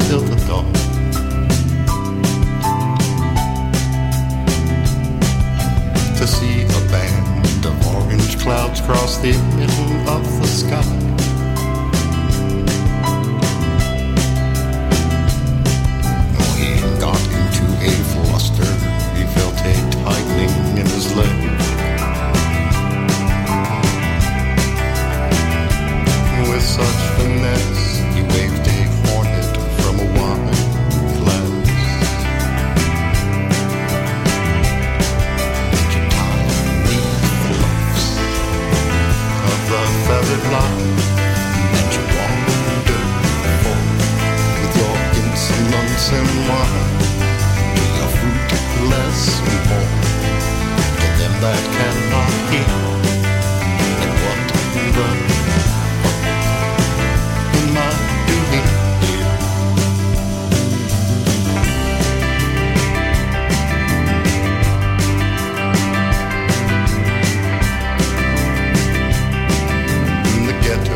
till the dawn. To see a band of orange clouds cross the middle of the sky. He got into a fluster. He felt a tightening in his leg. With such finesse, he waved a hornet from a wine glass. Did you tie me the locks of the feathered line that you wandered for with your insolence and wine? To your fruitless born, to them that cannot hear, and what the am I doing here? In the ghetto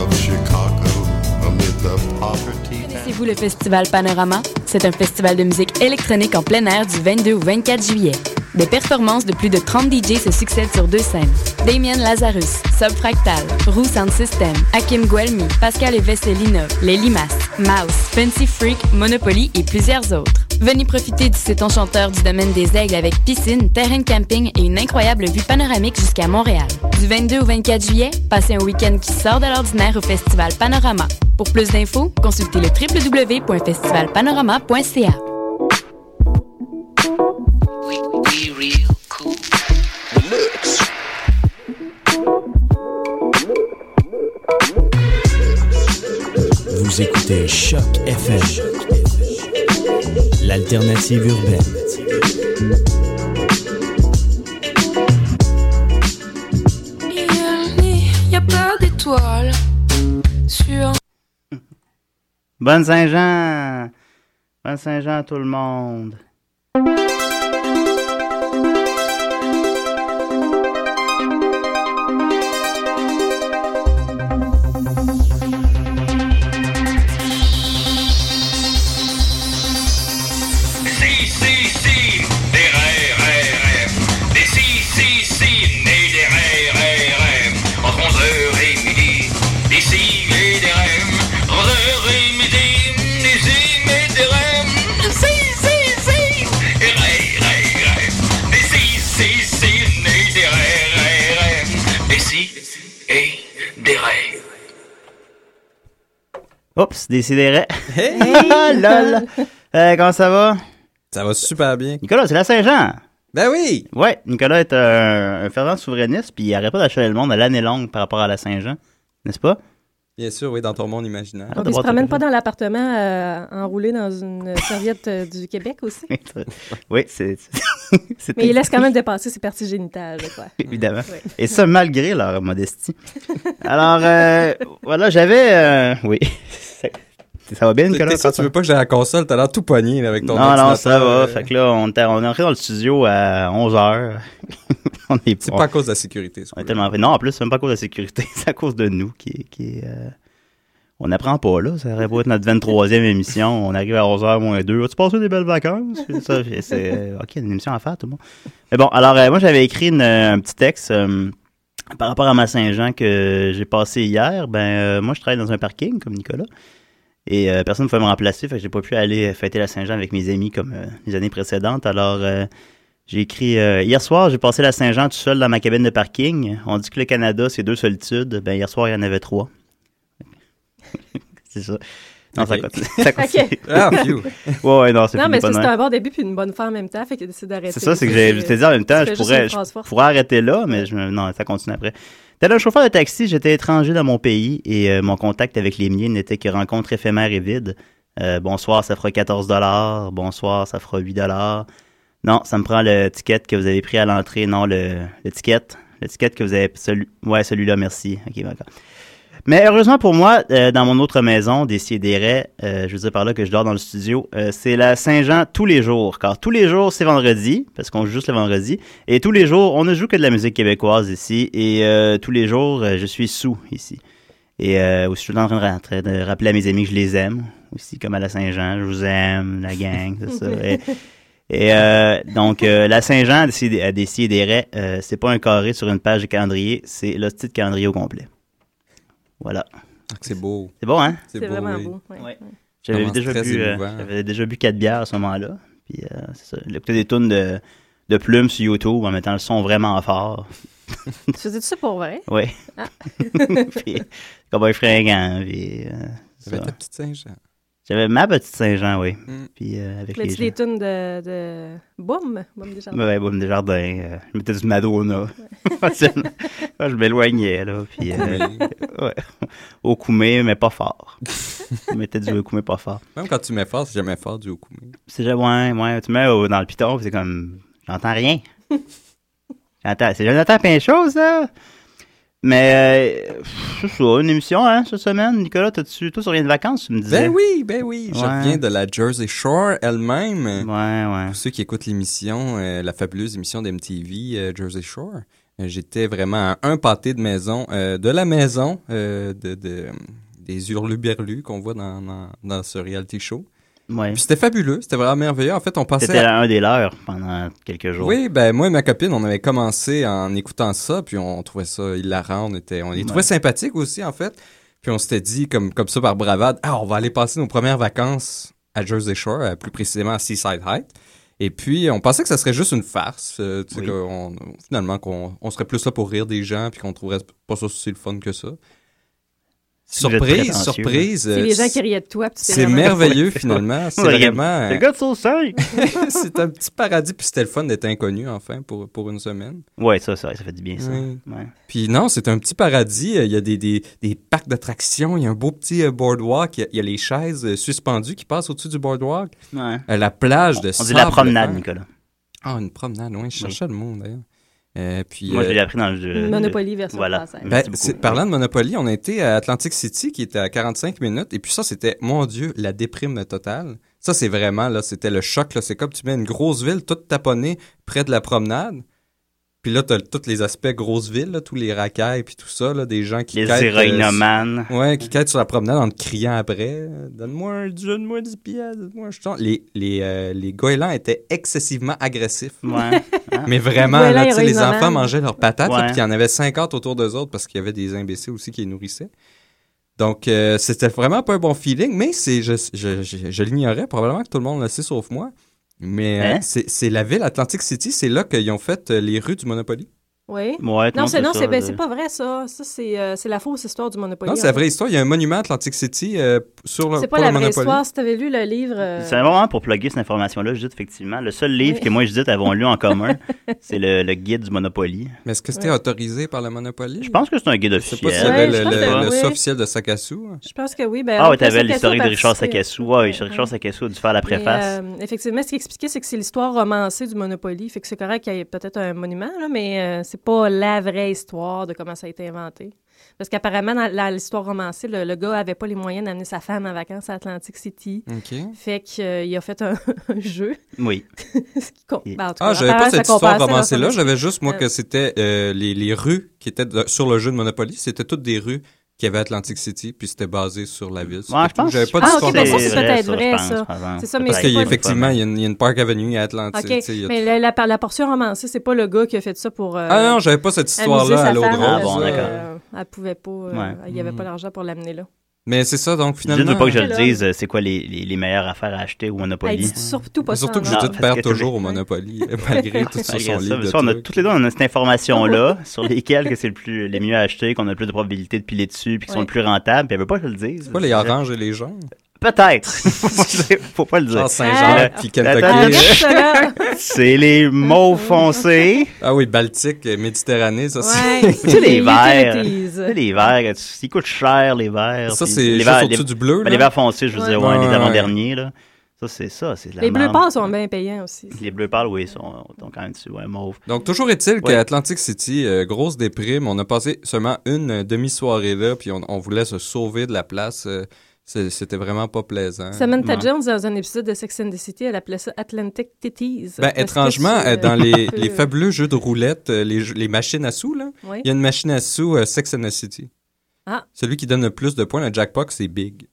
of Chicago, amid the poverty and Connaissez-vous le festival Panorama? C'est un festival de musique électronique en plein air du 22 au 24 juillet. Des performances de plus de 30 DJ se succèdent sur deux scènes. Damien Lazarus, Subfractal, Roux Sound System, Hakim Guelmi, Pascal et Vesselinov, Les Limaces, Mouse, Fancy Freak, Monopoly et plusieurs autres. Venez profiter du cet enchanteur du domaine des aigles avec piscine, terrain de camping et une incroyable vue panoramique jusqu'à Montréal. Du 22 au 24 juillet, passez un week-end qui sort de l'ordinaire au Festival Panorama. Pour plus d'infos, consultez le www.festivalpanorama.ca. Vous écoutez Choc FM, l'alternative urbaine. Il n'y a pas d'étoiles sur Bonne Saint-Jean! Bonne Saint-Jean à tout le monde! Si, si, si, des RRRM. Des si, si, si, nés des RRRM. Entre 11h et midi, des si et des REM. Entre 11h et midi, des si et des REM. Si, si, si, des RRRM. Des si, si, si, nés des RRRM. Des si et des REM. Oups, décidéré! Lol! Euh, comment ça va? Ça va super bien. Nicolas, c'est la Saint-Jean! Ben oui! Ouais, Nicolas est un, un fervent souverainiste, puis il arrête pas d'acheter le monde à l'année longue par rapport à la Saint-Jean, n'est-ce pas? Bien sûr, oui, dans ton monde imaginaire. Arrête Ils se de boire ta promènent pas bière. dans l'appartement euh, enroulé dans une serviette euh, du Québec aussi. oui, c'est. c'est- Mais ils laissent quand même dépasser ses parties génitales, quoi. Évidemment. Ouais. Et ça, malgré leur modestie. Alors, euh, voilà, j'avais. euh, oui. Ça, ça va bien, T'es- Nicolas? t'es sûr, tu veux pas que j'ai la console, t'as l'air tout pogné là, avec ton Non, non, ça va. ordinateur. euh, Fait que là, on, était- on est entré dans le studio à 11h. on est, C'est on- pas à cause de la sécurité. ce on est coup-là. tellement fait. Non, en plus, c'est même pas à cause de la sécurité. c'est à cause de nous qui. qui euh, On n'apprend pas, là. Ça aurait beau être notre 23e émission. On arrive à 11h moins 2. As-tu passé des belles vacances? C'est ça, c'est- c'est- euh, OK, il y a une émission à faire, tout le monde. Mais bon, alors, euh, moi, j'avais écrit une, euh, un petit texte euh, par rapport à ma Saint-Jean que j'ai passé hier. Ben, euh, moi, je travaille dans un parking, comme Nicolas. Et euh, personne ne pouvait me remplacer, fait que j'ai pas pu aller fêter la Saint-Jean avec mes amis comme euh, les années précédentes. Alors, euh, j'ai écrit euh, Hier soir, j'ai passé la Saint-Jean tout seul dans ma cabine de parking. On dit que le Canada, c'est deux solitudes. Ben, hier soir, il y en avait trois. c'est ça. Non, ça Ok. continue. Ça continue. Ok. Ah, phew. Ouais, ouais, non, c'est Non, fini, mais pas c'est de c'est même. un bon début puis une bonne fin en même temps, fait qu'il a décidé d'arrêter. C'est ça, c'est que j'ai- je t'ai dit en même temps, tu je fais juste pourrais, une je phrase forte. pourrais arrêter là, mais je me- non, ça continue après. Tel un chauffeur de taxi, j'étais étranger dans mon pays et euh, mon contact avec les miens n'était que rencontre éphémère et vide. Euh, bonsoir, ça fera 14 dollars. Bonsoir, ça fera 8 dollars. Non, ça me prend le ticket que vous avez pris à l'entrée. Non, le, le ticket. Le ticket que vous avez. celui- ouais, celui-là, merci. Ok, d'accord. Mais heureusement pour moi, euh, dans mon autre maison, des Sidérés, euh, je veux dire par là que je dors dans le studio, euh, c'est la Saint-Jean tous les jours. Car tous les jours, c'est vendredi, parce qu'on joue juste le vendredi. Et tous les jours, on ne joue que de la musique québécoise ici. Et euh, tous les jours, euh, je suis sous ici. Et euh, aussi, je suis tout le temps en train de, ra- en train de rappeler à mes amis que je les aime. aussi, comme à la Saint-Jean. Je vous aime, la gang, c'est ça. Et, et, euh, donc, euh, la Saint-Jean, décide- à décider des raies, euh, c'est pas un carré sur une page de calendrier, c'est le titre calendrier au complet. Voilà. Ah, que C'est beau. C'est bon, hein? C'est vraiment oui. beau. ouais. Ouais. J'avais Comment déjà, très bu, euh, émouvant. j'avais déjà bu quatre bières à ce moment-là. Puis, euh, c'est ça. J'écoutais des tunes de, de plumes sur YouTube en mettant le son vraiment fort. Tu faisais ça pour vrai? Ah. Oui. puis, Cowboy Fringant. Puis, euh, ça. T'avais Ben, ta petite hein. Saint-Jean. J'avais ma petite Saint-Jean, oui. Mm. Puis, euh, avec les Mets-tu gens. des tunes de, de... Boum! Boum des jardins. Ouais, Baume des Jardins. euh, je mettais du Madonna. Facilement. Ouais, je m'éloignais, là. Puis, euh, ouais. Au coumé, mais pas fort. je mettais du au coumé, pas fort. Même quand tu mets fort, c'est jamais fort du Okumi. C'est jamais, ouais, ouais, tu mets au- dans le piton, puis c'est comme, j'entends rien. j'entends, c'est Jonathan Pinchot, ça? Mais, euh, pff, c'est ça, une émission, hein, cette semaine. Nicolas, t'as-tu, toi, tu reviens de vacances, tu me disais? Ben oui, ben oui. Je Ouais. viens de la Jersey Shore elle-même. Ouais, ouais. Pour ceux qui écoutent l'émission, euh, la fabuleuse émission d'MTV euh, Jersey Shore, euh, j'étais vraiment à un pâté de maison, euh, de la maison euh, de, de- des hurluberlus qu'on voit dans, dans, dans ce reality show. Ouais. Puis c'était fabuleux, c'était vraiment merveilleux. En fait, on passait C'était à- un des leurs pendant quelques jours. Oui, ben moi et ma copine, on avait commencé en écoutant ça, puis on trouvait ça hilarant, on était, on les trouvait Ouais. sympathiques aussi en fait. Puis on s'était dit comme comme ça par bravade, ah on va aller passer nos premières vacances à Jersey Shore, euh, plus précisément à Seaside Heights. Et puis on pensait que ça serait juste une farce, euh, tu sais, Oui. qu'on- finalement qu'on on serait plus là pour rire des gens, puis qu'on trouverait pas ça si le fun que ça. Vous êtes Surprise, prétentieux, surprise. C'est euh, les gens qui riaient de toi. puis tu t'es c'est vraiment- merveilleux finalement, c'est Ouais, vraiment. Le gars de Soul Cinq. c'est un petit paradis, puis c'était le fun d'être inconnu, enfin, pour, pour une semaine. Ouais, ça, ça, ça fait du bien, ça. Oui. Ouais. Puis non, c'est un petit paradis. Euh, Il y a des, des, des parcs d'attractions, il y a un beau petit euh, boardwalk, il y a, il y a les chaises euh, suspendues qui passent au-dessus du boardwalk. Ouais. Euh, la plage de On dit la sable hein. promenade, fin. Nicolas. Ah, une promenade, loin. Je cherchais le monde, d'ailleurs. Euh, puis, Moi, je euh, l'ai appris dans le jeu. Monopoly version Voilà. française. ben, Merci beaucoup. c'est- parlant de Monopoly, on a été à Atlantic City, qui était à 45 minutes. Et puis ça, c'était, mon Dieu, la déprime totale. Ça, c'est vraiment, là, c'était le choc. Là. C'est comme tu mets une grosse ville toute taponnée près de la promenade. Puis là, t'as tous les aspects grosses villes, là, tous les racailles, puis tout ça, là, des gens qui Les quêtent, euh, héroïnomanes. Ouais, qui quête sur la promenade en te criant après. euh, Donne-moi, donne-moi 10 piastres, donne-moi un jeton. Les, les, euh, les goélands étaient excessivement agressifs. Ouais. Mais vraiment, Goélands là, tu sais, les héroïnomane. enfants mangeaient leurs patates, là, Ouais. puis il y en avait 50 autour d'eux autres parce qu'il y avait des imbéciles aussi qui les nourrissaient. Donc, euh, c'était vraiment pas un bon feeling, mais c'est, je, je, je, je l'ignorais, probablement que tout le monde le sait sauf moi. Mais euh, Hein? c'est, c'est la ville Atlantic City, c'est là qu'ils ont fait euh, les rues du Monopoly. Oui. Ouais, tout le Non, monde c'est fait non, ça, c'est ben, là. c'est pas vrai, ça. Ça, c'est euh, c'est la fausse histoire du Monopoly. non, c'est en la fait. vraie histoire. Il y a un monument à Atlantic City euh, sur le C'est pas pour la le vraie Monopoly. histoire. Si t'avais lu le livre... euh, C'est un moment pour plugger cette information-là, Judith, effectivement. Le seul livre Oui. que moi et Judith avons lu en commun, c'est le, le guide du Monopoly. Mais est-ce que c'était autorisé par le Monopoly? Je pense que c'est un guide Je sais officiel. pas s'il y Ouais, avait je le, pense le- que le oui. ça officiel de Sakasu. Je pense que oui. Ben, Ah en oui, plus, t'avais Sakasu a l'historique de Richard participé. Sakasu. Oui, Ouais, Richard Sakasu a dû faire la Mais, préface. euh, effectivement, ce qu'il expliquait, c'est que c'est l'histoire romancée du Monopoly. Fait que c'est correct qu'il y ait peut-être un monument, là, mais euh, c'est pas la vraie histoire de comment ça a été inventé. Parce qu'apparemment, dans la- l'histoire romancée, le, le gars avait pas les moyens d'amener sa femme en vacances à Atlantic City. OK. Fait qu'il a fait un, un jeu. Oui. ce qui com- Il- ben, en tout cas, Ah, j'avais pas apparemment, cette ça histoire compensait romancée-là. l'ensemble. J'avais juste, moi, Euh. que c'était euh, les, les rues qui étaient de- sur le jeu de Monopoly. C'était toutes des rues qui avaient Atlantic City, puis c'était basé sur la ville. C'était Ouais, je tout. pense- J'avais pas Ah, d'histoire ok, ben ça, romancée. c'est vrai, peut-être je vrai, pense, ça. par exemple. C'est ça, mais Peut-être. Parce qu'il y a pas- effectivement, il y, a une, il y a une Park Avenue à Atlantic. OK, tu sais, il y a mais tout. la, la- la portion romancée, c'est pas le gars qui a fait ça pour... euh, Ah non, j'avais pas cette amuser histoire-là sa à l'eau de femme, Ah, rose. bon, parce que, d'accord. euh, elle pouvait pas, euh, Ouais. il y avait Mm. pas l'argent pour l'amener là. Mais c'est ça, donc Judith finalement. veut pas que Ah, je le Là. dise, euh, c'est quoi les, les, les meilleures affaires à acheter au Elle Monopoly? dit surtout pas Surtout que ça. en je ordre. parce Judith perd que toujours c'est- au Monopoly, malgré tout ça, Regarde ça, son livre. parce de qu'on a trucs. toutes les deux on a cette information là sur lesquelles que c'est le plus les mieux à acheter qu'on a le plus de probabilité de piler dessus puis qui sont Ouais. le plus rentables puis elle veut pas que je le dise C'est pas les oranges et les jaunes. peut-être faut pas le dire Ah, Ah. Saint-Jean, puis Attends, Ah, attends, regarde Kentucky. ça, là. c'est les mauves foncés Ah oui, Baltique, euh, Méditerranée, ça c'est. Ouais. Tu sais, les verts. utilities. Tu sais, les verts, tu- ils coûtent cher, les verts. Ça, Puis c'est les juste verts, au-dessus les- du bleu. ben, là. les verts foncés, je veux Ouais. dire, ouais, Ouais, les ouais. avant-derniers, là. Ça, c'est ça, c'est de la Les bleus merde. pâles sont bien payants aussi. Les bleus pâles, oui, sont, sont quand même dessus, ouais, mauve. Donc, toujours est-il Ouais. qu'à Atlantic City, euh, grosse déprime, on a passé seulement une euh, demi-soirée là, puis on, on voulait se sauver de la place. euh, c'est- C'était vraiment pas plaisant. Samantha Ouais. Jones, dans un épisode de Sex and the City, elle appelait ça Atlantic Titties. Ben, Parce que étrangement, tu, euh, euh, dans les, peux- les fabuleux jeux de roulette, euh, les, jeux- les machines à sous, là, ouais. il y a une machine à sous euh, Sex and the City. Ah. Celui qui donne le plus de points, le jackpot, c'est Big.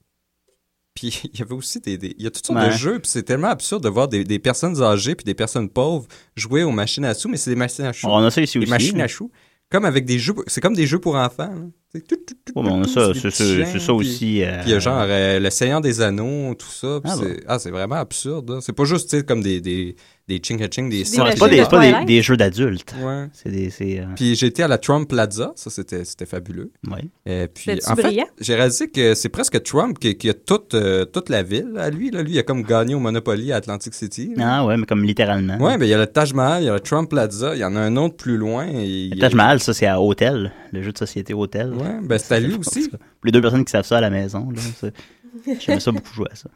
Puis il y avait aussi des, des- il y a toutes sortes de Ouais. jeux, puis c'est tellement absurde de voir des, des personnes âgées puis des personnes pauvres jouer aux machines à sous, mais c'est des machines à sous. On a ça ici des aussi. machines là. à choux. Comme avec des jeux, c'est comme des jeux pour enfants. là. C'est tout, tout, tout, Ouais, mais on a tout, ça, des c'est petits ça, gens, c'est ça puis- aussi. euh, Puis il y a genre euh, le Seigneur des Anneaux, tout ça. puis Ah, c'est ah, c'est vraiment absurde. là. C'est pas juste tu sais, comme des des des ching ching des C'est non, sorts, c'est pas, des, de c'est pas des, Twilight. des jeux d'adultes. Ouais. C'est des. C'est, euh, Puis j'étais à la Trump Plaza, ça c'était c'était fabuleux. ouais. Et puis C'était-tu en fait, brillant? j'ai réalisé que c'est presque Trump qui, qui a toute euh, toute la ville à lui là, lui il a comme gagné au Monopoly à Atlantic City. là. Ah ouais, mais comme littéralement. Ouais, mais il y a le Taj Mahal, il y a le Trump Plaza, il y en a un autre plus loin. et- Le Taj Mahal, ça, c'est à Hôtel, le jeu de société Hôtel. Ouais, ben c'est à lui aussi. Pour les deux personnes qui savent ça à la maison, là, c'est- j'aimais ça beaucoup jouer à ça.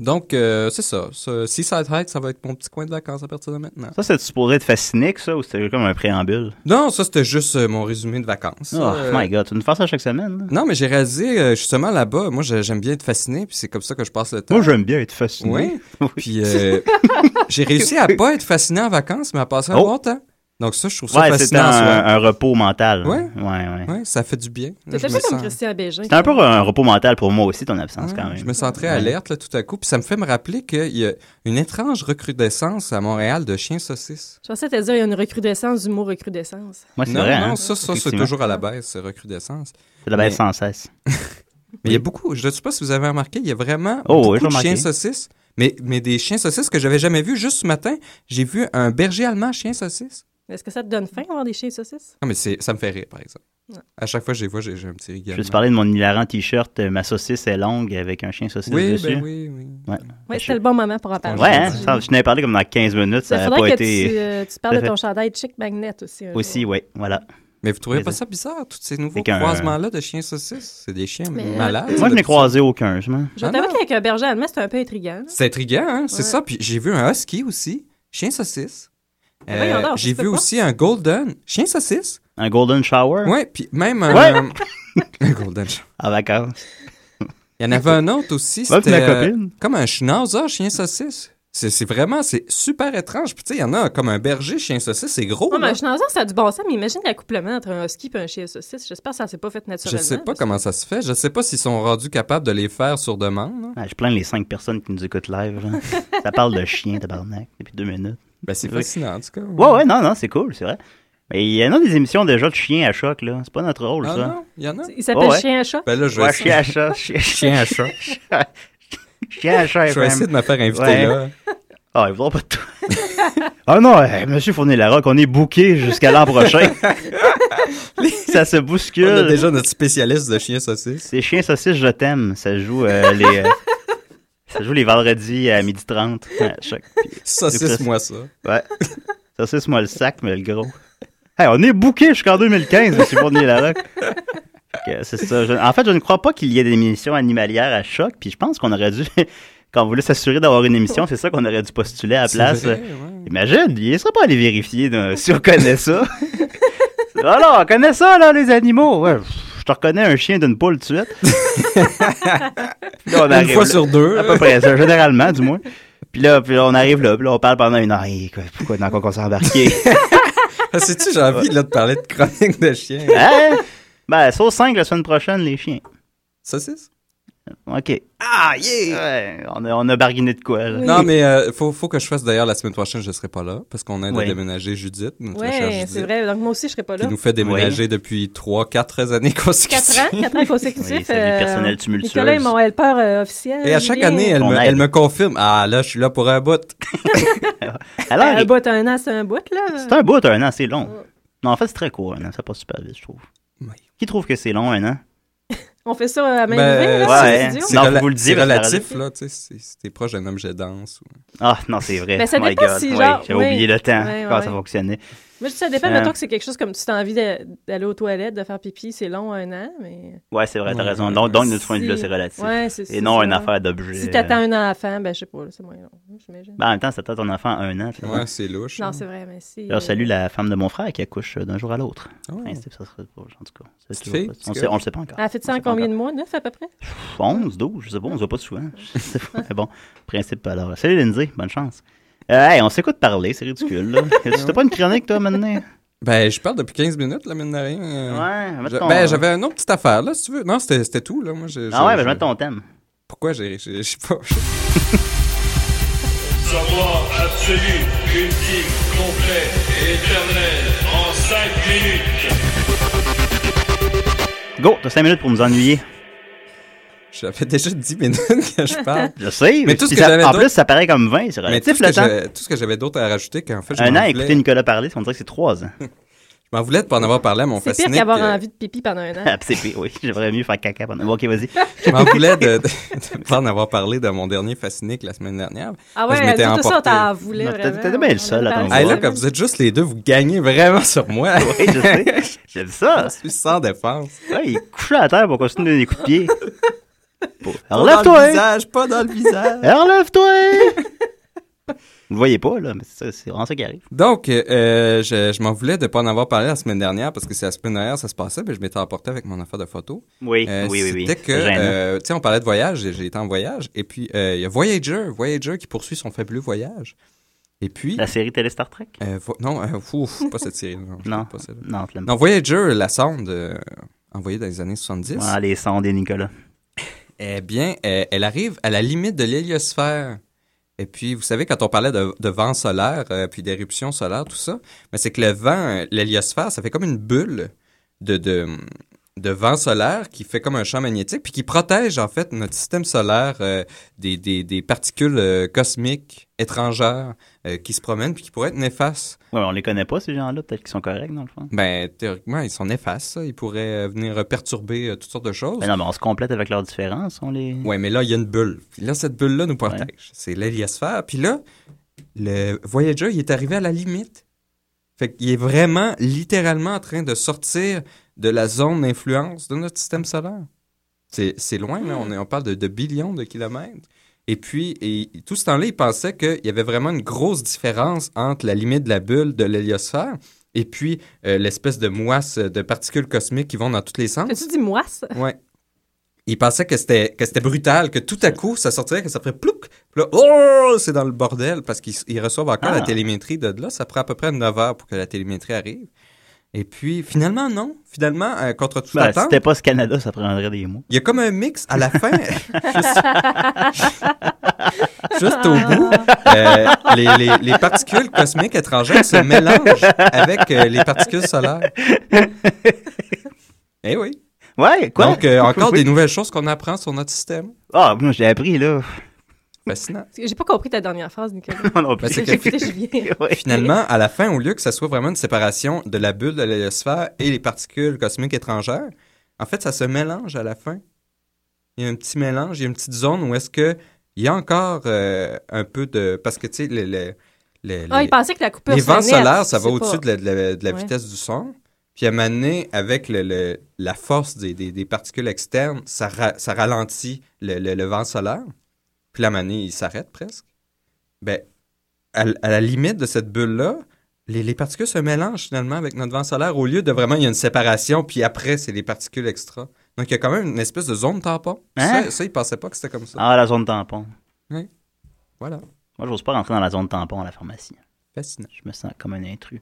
Donc euh, c'est ça. Ce Seaside Heights, ça va être mon petit coin de vacances à partir de maintenant. Ça, c'était supposé être fascinique, ça, ou c'était comme un préambule? Non, ça c'était juste euh, mon résumé de vacances. Oh Euh, my god, tu nous fais ça chaque semaine? là? Non, mais j'ai réalisé euh, justement là-bas. Moi, j'ai- j'aime bien être fasciné, puis c'est comme ça que je passe le temps. Moi, j'aime bien être fasciné. Oui. Oui. Puis euh, j'ai réussi à pas être fasciné en vacances, mais à passer un Oh. bon temps. Donc ça, je trouve ça Ouais, c'était fascinant. un, en soi. un repos mental. Ouais. ouais. ouais. Ouais, ça fait du bien. Là, T'étais je pas me comme sens- Christian Bégin. C'était un peu un repos mental pour moi aussi, ton absence, Ouais, quand même. Je me sens très Ouais. alerte là, tout à coup. Puis ça me fait me rappeler qu'il y a une étrange recrudescence à Montréal de chiens saucisses. Je pensais te dire, il y a une recrudescence du mot recrudescence. Moi, c'est non, vrai, non, hein? ça, ça c'est Effectivement. toujours à la baisse, cette recrudescence. C'est de la baisse Mais- sans cesse. Mais il y a beaucoup, je ne sais pas si vous avez remarqué, il y a vraiment Oh, oui, beaucoup de j'ai remarqué. chiens saucisses. Mais, mais des chiens saucisses que j'avais jamais vus. Juste ce matin, j'ai vu un berger allemand chien saucisse. Est-ce que ça te donne faim avoir des chiens saucisses? Non, mais c'est- ça me fait rire, par exemple. Ouais. À chaque fois que je les vois, j'ai j'ai un petit Je rigalement. vais te parler de mon hilarant t-shirt, euh, ma saucisse est longue avec un chien saucisse Oui, dessus. ben oui, oui. Ouais. Oui, Ben, Je- c'était le bon moment pour en parler. Ouais, hein, ça, je n'avais parlé comme dans 15 minutes, Il ça n'a pas faudrait que été. tu, euh, tu parles Ça de fait- ton chandail Chick Magnet aussi. un Aussi, jour. oui, voilà. Mais vous trouvez Mais pas ça- ça bizarre, tous ces nouveaux C'est qu'un- croisements-là de chiens saucisses? C'est des chiens Mais- euh, malades. Moi, je n'ai depuis- croisé aucun, je m'en. Je Ah vais t'avouer non. qu'avec un berger allemand, c'était un peu intriguant. là. C'est intriguant, hein? C'est Ouais. ça. Puis j'ai vu un husky aussi, chien saucisse. Euh, Mais voyons donc, j'ai ça se vu peut pas. aussi un golden, chien saucisse. Un golden shower Ouais, puis même un... Ouais. un golden. à vacances. Il y en avait un autre aussi, Va avec c'était ma euh, copine. comme un schnauzer chien saucisse. C'est c'est vraiment, c'est super étrange. Puis tu sais, il y en a un comme un berger chien saucisse, c'est gros. Non, mais là. un schnauzer, ça a du bon sens, mais imagine l'accouplement entre un husky et un chien saucisse. J'espère que ça s'est pas fait Je naturellement. sais pas parce- comment ça se fait. Je sais pas s'ils sont rendus capables de les faire sur demande. là. Ah, je plains les 5 personnes qui nous écoutent live. là. ça parle de chien, tabarnak, depuis deux minutes. Ben, c'est Oui. fascinant, en tout cas. Ouais, ouais, non, non, c'est cool, c'est vrai. Mais il y en a des émissions déjà de chiens à choc, là. C'est pas notre rôle, Ah ça. non, il y en a. Il s'appelle Oh, ouais. chien à chat. Ben là, je vais Ouais, essayer- chien à chat. Chien, Chien à chat. chien à chat, Je vais essayer FM. de me faire inviter Ouais. là. Ah, ils vont pas de toi. ah non, euh, monsieur Fournier-Larocque, on est bouqué jusqu'à l'an prochain. ça se bouscule. On a déjà notre spécialiste de chien saucisse. C'est Chien Saucisse, je t'aime. Ça se joue euh, les. euh, ça se joue les vendredis à 12h30. à chaque- Saucisse-moi ça. Ouais. Saucisse, moi le sac, mais le gros. Hey, on est bouqué jusqu'en 2015, monsieur Fournier Larocque. Fait que C'est ça. Je- en fait, je ne crois pas qu'il y ait des émissions animalières à choc, puis je pense qu'on aurait dû. Quand on voulait s'assurer d'avoir une émission, c'est ça qu'on aurait dû postuler à la C'est place. vrai, ouais. Imagine, il ne serait pas allé vérifier là, si on connaît ça. Alors, on connaît ça, là, les animaux. Ouais, pff, je te reconnais un chien d'une poule tout de suite. Puis là, on Une arrive fois là. sur deux. À peu près ça, généralement, du moins. Puis là, puis là, on arrive là, puis là, on parle pendant une heure. Hey, quoi, pourquoi dans quoi qu'on s'est embarqué? Ah, Sais-tu, j'ai envie là, de parler de chronique de chien. hein? Ben, sauf 5 la semaine prochaine, les chiens. Saucisse? OK. Ah, yeah! on, a, on a barguiné de quoi, là. Non, mais euh, faut, faut que je fasse d'ailleurs la semaine prochaine, je serai pas là parce qu'on aide à Oui. déménager Judith, notre chère Oui, Judith, c'est vrai. Donc, moi aussi, je serais pas qui là. nous fait déménager depuis 3-4 années 4 consécutives. ans, 4 ans Oui, consécutifs. sa vie euh, personnelle tumultueuse. Nicolas est mon helper euh, officiel. Et à chaque Julien. année, elle On me, aide. elle me confirme Ah là, je suis là pour un bout. Alors, Un Euh, bout, un an, c'est un bout, là. c'est un bout, un an, c'est long. Non, en fait, c'est très court, un an. Ça passe super vite, je trouve. Oui. Qui trouve que c'est long, un an? On fait ça à main Ben, levée, ouais, Ah, là, hein. c'est Non, studio. C'est faut rela- vous le dire, c'est ça relatif, reste- là, tu sais, si- si t'es proche d'un homme, je danse. ou- Ah, non, c'est vrai. Ben, ça oh my dépend God. si, Oui, genre, J'ai oui. oublié le temps, Ouais, comment ouais. ça fonctionnait. Moi, je dis, ça dépend. Euh. Mettons que c'est quelque chose comme si t'as envie de- d'aller aux toilettes, de faire pipi, c'est long un an, mais. Ouais, c'est vrai, t'as Ouais. raison. Donc, donc, de ce point de Si- vue-là, c'est relatif. Ouais, c'est Et c'est non, ça. une affaire d'objet. Si t'attends un enfant, ben, je sais pas, là, c'est moins long, j'imagine. Ben, en même temps, ça t'attend ton enfant à un an. finalement. Ouais, c'est louche. Non, hein. c'est vrai, mais si. Alors, euh, salut la femme de mon frère qui accouche euh, d'un jour à l'autre. Ah. Principe, ça serait pas- en tout cas. c'est Petite toujours fille, pas- petit on, le gars. sait, on le sait pas encore. Elle a fait ça en On le sait pas combien encore. de mois? 9 à peu près? 11, 12, je sais pas, on se voit pas souvent. Je sais pas, mais bon, principe alors. Salut Lindsay, bonne chance. Euh, hey, on s'écoute parler, c'est ridicule. là. C'était pas une chronique, toi, maintenant? Ben, je parle depuis 15 minutes, la mine de rien. euh. Ouais, mets Je- ton- ben, j'avais une autre petite affaire, là, si tu veux. Non, c'était c'était tout, là. Moi, je- je- Ah ouais, ben, je- je mets ton thème. Pourquoi j'ai. j'ai- Je sais pas. Savoir absolu, ultime, complet, éternel, en 5 minutes. Go, t'as 5 minutes pour nous ennuyer. J'avais déjà 10 minutes que je parle. Je sais, Mais tout ce puis que ça- j'avais En d'autre- plus, ça paraît comme 20, c'est Mais tout relatif ce, que le temps. j'avais- tout ce que j'avais d'autre à rajouter, qu'en fait, je Un m'en an à écouter voulais, Nicolas parler, on dirait que c'est 3 ans. je m'en voulais de pas en avoir parlé à mon euh, C'est pire fasciné. qu'avoir que- envie de pipi pendant un an. Ah, pis c'est pire, oui, j'aimerais mieux faire caca pendant. Bon, Ok, vas-y. Je m'en voulais de ne pas en avoir parlé de mon dernier fasciné la semaine dernière. Ah Moi, je ouais, m'étais tout ça, on emporté. t'en voulait Non, t'étais- vraiment. t'étais bien le On seul à avait t'en parlé Hey, Ouais. là, de quand vous êtes juste les deux, vous gagnez vraiment sur moi. Oui, je sais. J'aime ça. Je suis sans défense. Ouais, il est couché à terre pour qu'on se donne des coups de pied. Bon, Pas dans le Relève-toi! hein. visage, pas dans le visage. Relève-toi! Vous le voyez pas, là, mais c'est ça, c'est vraiment ça qui arrive. Donc, euh, je, je m'en voulais de ne pas en avoir parlé la semaine dernière parce que c'est la semaine dernière, ça se passait, mais je m'étais emporté avec mon affaire de photo. Oui, Euh, oui, oui, oui. C'était que, C'est gênant. euh, tu sais, on parlait de voyage, j'ai- j'ai été en voyage, et puis euh, il y a Voyager, Voyager qui poursuit son fabuleux voyage. Et puis, La série télé Star Trek? euh, vo- non, euh, ouf, pas cette série, non, je Non. sais pas celle-là. Non, tu l'aimes Non, Voyager, la sonde euh, envoyée dans les années 70, Ah, les sons des Nicolas. eh bien, euh, elle arrive à la limite de l'héliosphère. Et puis, vous savez, quand on parlait de, de vent solaire, euh, puis d'éruption solaire, tout ça, mais c'est que le vent, euh, l'héliosphère, ça fait comme une bulle de, de, de vent solaire qui fait comme un champ magnétique, puis qui protège, en fait, notre système solaire euh, des, des, des particules euh, cosmiques étrangères euh, qui se promènent, puis qui pourraient être néfastes. Ouais, on les connaît pas, ces gens-là. Peut-être qu'ils sont corrects, dans le fond. Ben, théoriquement, ils sont néfastes, ça. Ils pourraient euh, venir euh, perturber euh, toutes sortes de choses. Mais non, mais on se complète avec leurs différences. On les... Ouais, mais là, il y a une bulle. Puis là, cette bulle-là nous protège. Ouais. C'est l'héliosphère. Puis là, le Voyager, il est arrivé à la limite. Fait qu'il est vraiment, littéralement, en train de sortir de la zone d'influence de notre système solaire. C'est c'est loin, là. On, est- on parle de, de billions de kilomètres. Et puis, et, tout ce temps-là, il pensait qu'il y avait vraiment une grosse différence entre la limite de la bulle de l'héliosphère et puis euh, l'espèce de moisse de particules cosmiques qui vont dans tous les sens. As-tu dit moisse? Ouais. Il pensait que c'était que c'était brutal, que tout à coup, ça sortirait, que ça ferait plouc. Puis là, oh, c'est dans le bordel parce qu'ils ils reçoivent encore Ah. la télémétrie de de là. Ça prend à peu près 9 heures pour que la télémétrie arrive. Et puis, finalement, non. Finalement, euh, contre toute Ben, si attente, c'était pas ce Canada, ça prendrait des mots. il y a comme un mix à la fin. Juste- Juste au bout, euh, les, les- les particules cosmiques étrangères se mélangent avec euh, les particules solaires. Eh oui. Ouais, quoi? Donc, euh, encore des nouvelles choses qu'on apprend sur notre système. Ah, moi, j'ai appris, là. Fascinant. J'ai pas compris ta dernière phrase, Nicolas. Non, non, Ben, plus. c'est que- J'écoutais Julien. Ouais. Finalement, à la fin, au lieu que ça soit vraiment une séparation de la bulle de l'héliosphère et les particules cosmiques étrangères, en fait, ça se mélange à la fin. Il y a un petit mélange, il y a une petite zone où est-ce que il y a encore euh, un peu de... Parce que, tu sais, le- le- le- Ah, les- il pensait que la coupure les vents serait nette, solaires, je ça va sais pas. au-dessus de la, de la- de la Ouais. vitesse du son. Puis à un moment donné, avec le- le- la force des, des- des particules externes, ça, ra- ça ralentit le, le- le vent solaire. Puis la manée, il s'arrête presque. Ben, à, l- à la limite de cette bulle-là, les, les particules se mélangent finalement avec notre vent solaire au lieu de vraiment, il y a une séparation, puis après, c'est les particules extra. Donc, il y a quand même une espèce de zone tampon. Hein? Ça, ça, ils pensaient pas que c'était comme ça. Ah, la zone tampon. Voilà. Moi, j'ose pas rentrer dans la zone tampon à la pharmacie. Fascinant. Je me sens comme un intrus.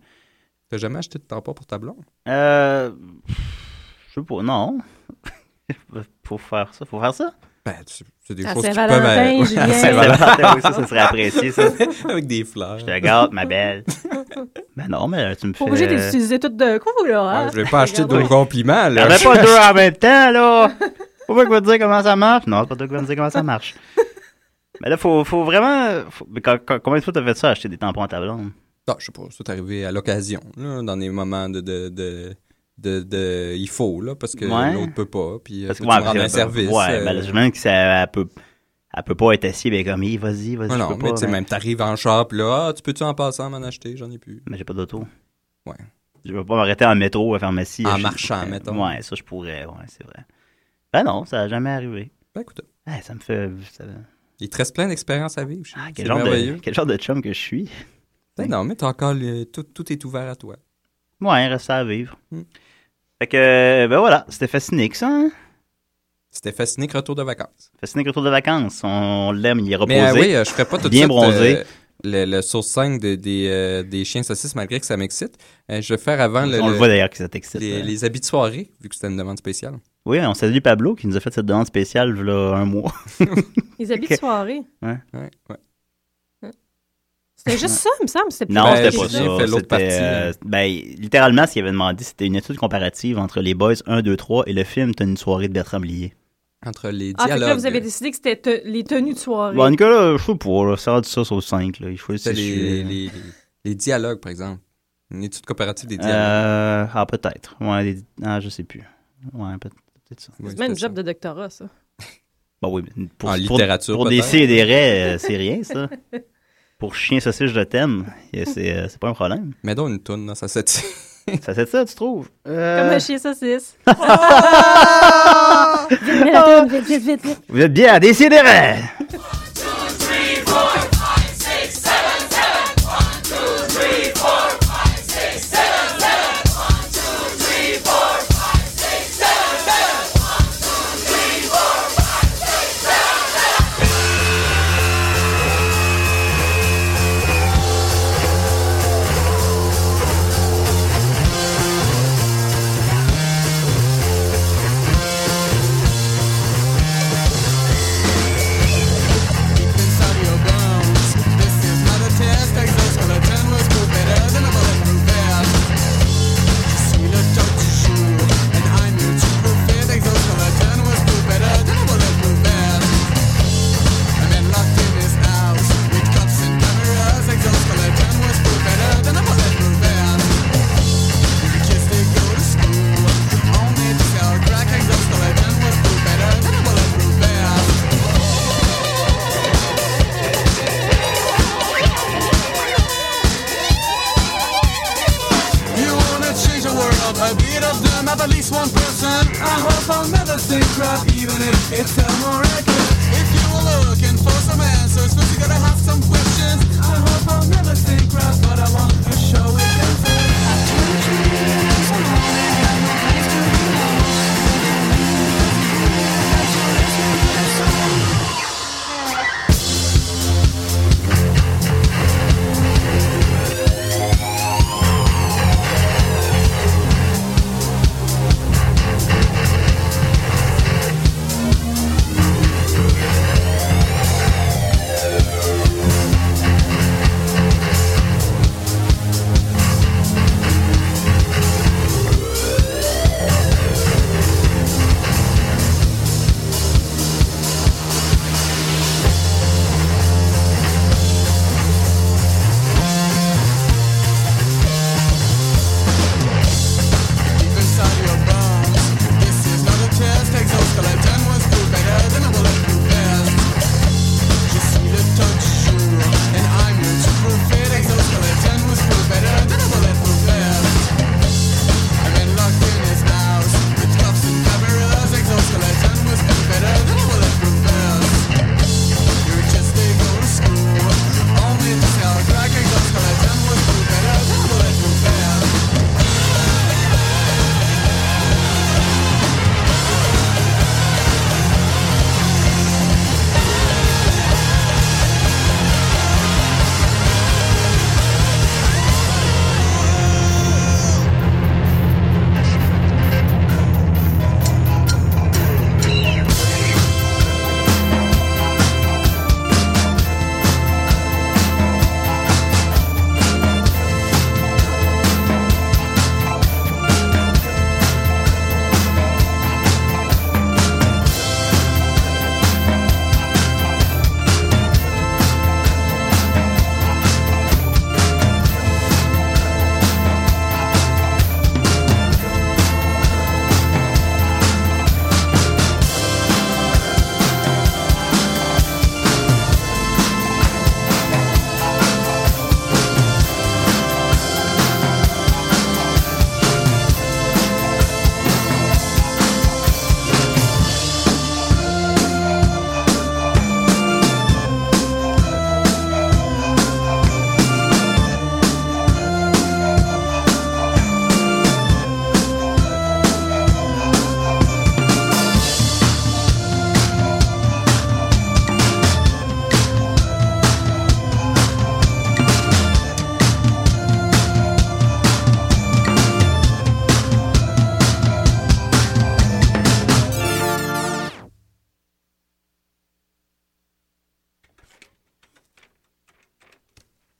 T'as jamais acheté de tampon pour ta blonde? Euh. Je sais pas. Non. faut faire ça. Faut faire ça. Ben, c'est- c'est des À choses qui peuvent... Saint-Valentin, ouais, à Julien. Saint-Valentin. oui, ça, ça serait apprécié, ça. avec des fleurs. Je te garde, ma belle. Ben non, mais tu me fais. Faut obligé d'utiliser tout d'un coup, là. hein? Ouais, je vais pas acheter Regardons. de compliments, Y'en là. a pas deux en même temps, là! Pourquoi que va te dire comment ça marche? Non, c'est pas toi qui vas me dire comment ça marche. Mais là, faut, faut vraiment. faut- mais quand- quand- combien de fois t'as fait ça, acheter des tampons à ta blonde? Non, je sais pas, c'est arrivé à l'occasion, là, dans des moments de, de, de, de, de- Il faut, là, parce que Ouais. l'autre peut pas, puis parce que, tu me rends parce un que- service. Ouais, euh, ben, je me demande que ça. Elle peut, elle peut pas être assise, ben comme, Hey, vas-y, vas-y. je non, Ah non, peux mais pas, tu sais, ben. même t'arrives en shop, là, ah, tu peux-tu en passant m'en acheter, j'en ai plus. Mais j'ai pas d'auto. Ouais. Je vais pas m'arrêter en métro à pharmacie. En Je- marchant, euh, mettons. Ouais, ça je pourrais, ouais, c'est vrai. Ben non, ça a jamais arrivé. Ben écoute, Ah, ça me fait. ça- il te reste plein d'expériences à vivre, je sais. Ah, c'est quel, genre de, merveilleux. quel genre de chum que je suis. Ben Non, mais t'as encore... le- Tout, tout est ouvert à toi. Ouais, reste à vivre. Mm. Fait que, ben voilà, c'était fasciné que ça, hein? C'était fasciné que retour de vacances. Fasciné que retour de vacances. On, on l'aime, il est reposé. Mais euh, oui, euh, je ferais pas tout de Bien suite, bronzé. euh, le, le source 5 de- des, euh, des chiens saucisses, malgré que ça m'excite. Euh, je vais faire avant on le, voit d'ailleurs que ça t'excite. les, hein. les habits de soirée, vu que c'était une demande spéciale. Oui, on salue Pablo qui nous a fait cette demande spéciale il un mois. Les habits Ok. de soirée. Ouais, ouais. C'était juste ça, il me semble. C'était plus Non, compliqué Ben, c'était pas que ça. Julien fait l'autre C'était, partie, euh, là. ben, littéralement, ce qu'il avait demandé, c'était une étude comparative entre les Boys 1, 2, 3 et le film T'as une soirée de Bertrand Blier. Entre les Ah, fait que dialogues. là, vous avez décidé que c'était te- les tenues de soirée. Bon, Nicolas, là, je sais pas, là, ça a du ça sur le 5. Là. Il choisit C'était si les, je les, suis- les- les dialogues, par exemple. Une étude comparative des dialogues. Euh, ah, peut-être. Ouais, les- ah, je sais plus. Ouais, peut- peut-être ça. Ouais, c'est même c'était une job de ça. doctorat, ça. Bon, oui, mais pour, En pour- littérature, Pour, des peut-être. C et des raies, euh, c'est rien, ça. Pour chien, saucisse, je t'aime, et c'est euh, c'est pas un problème. Mets donc une toune, là, ça s'attire. Ça, c'est ça, tu trouves? Comme Euh, Ah! un chien saucisse. Vite, mets la toune, vite, vite, vite, vite. Vous êtes bien à des C et des raies! You wanna change the world, a bit of them, have at least one person. I hope I'll never say crap, even if it's a miracle. If you were looking for some answers, first you gotta have some questions. I hope I'll never say crap, but I want to show it. different.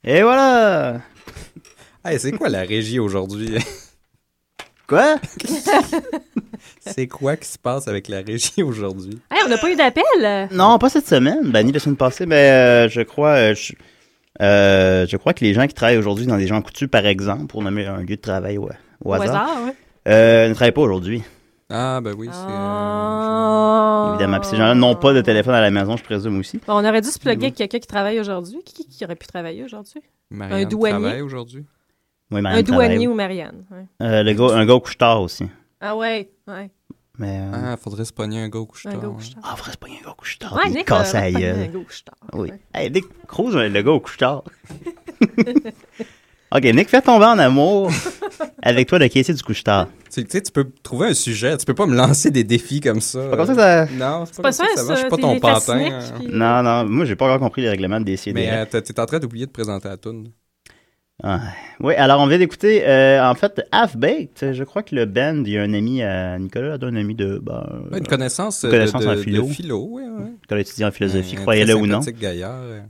Et voilà! Hey, c'est quoi la régie aujourd'hui? Quoi? c'est quoi qui se passe avec la régie aujourd'hui? Hey, on n'a pas eu d'appel! Non, pas cette semaine, ben, ni la semaine passée, mais euh, je crois euh, je, euh, je crois que les gens qui travaillent aujourd'hui dans des gens coutus, par exemple, pour nommer un lieu de travail ouais, au Au hasard, hasard, ouais. euh, ne travaillent pas aujourd'hui, Ah, ben oui, c'est. euh, Ah. évidemment. Puis ces gens-là n'ont pas de téléphone à la maison, je présume aussi. Bon, on aurait dû se plugger avec quelqu'un qui travaille aujourd'hui. Qui, qui- qui aurait pu travailler aujourd'hui? je- Marianne douanier. travaille aujourd'hui. Oui, Marianne Un douanier travaille. ou Marianne. ouais. Euh, le gars, un gars au couche-tard aussi. Ah ouais, ouais. Mais, euh, Ah, faudrait se pogner un gars au couche-tard, hein. Un gars au ouais. couche-tard. Ah, faudrait se pogner un gars au couche-tard. Ouais, il Nick, casse euh, la pas gueule. un gars au couche-tard. Oui. Hey, Nick Cruz, le gars au couche-tard. OK, Nick, fais tomber en amour avec toi le caissier du couche-tard. Tu tu sais, tu peux trouver un sujet, tu peux pas me lancer des défis comme ça. Pas comme ça, ça... Non, c'est C'est pas, pas comme ça, que ça, ça, marche. Je suis ça. pas t'es- ton les pantin. fasciniques, hein. puis- Non, non, moi, j'ai pas encore compris les règlements des CDR. Mais euh, t'es t'es en train d'oublier de présenter la toune. Ah, Oui, alors on vient d'écouter, euh, en fait, Half Baked. Je crois que le band, il y a un ami à Nicolas, un ami de. Ben, Ouais, une connaissance, Une euh, connaissance de, en de- philo. de philo, ouais, ouais. Nicolas étudiant en philosophie, Un- un croyez-le très ou non. sympathique Gaillard. euh.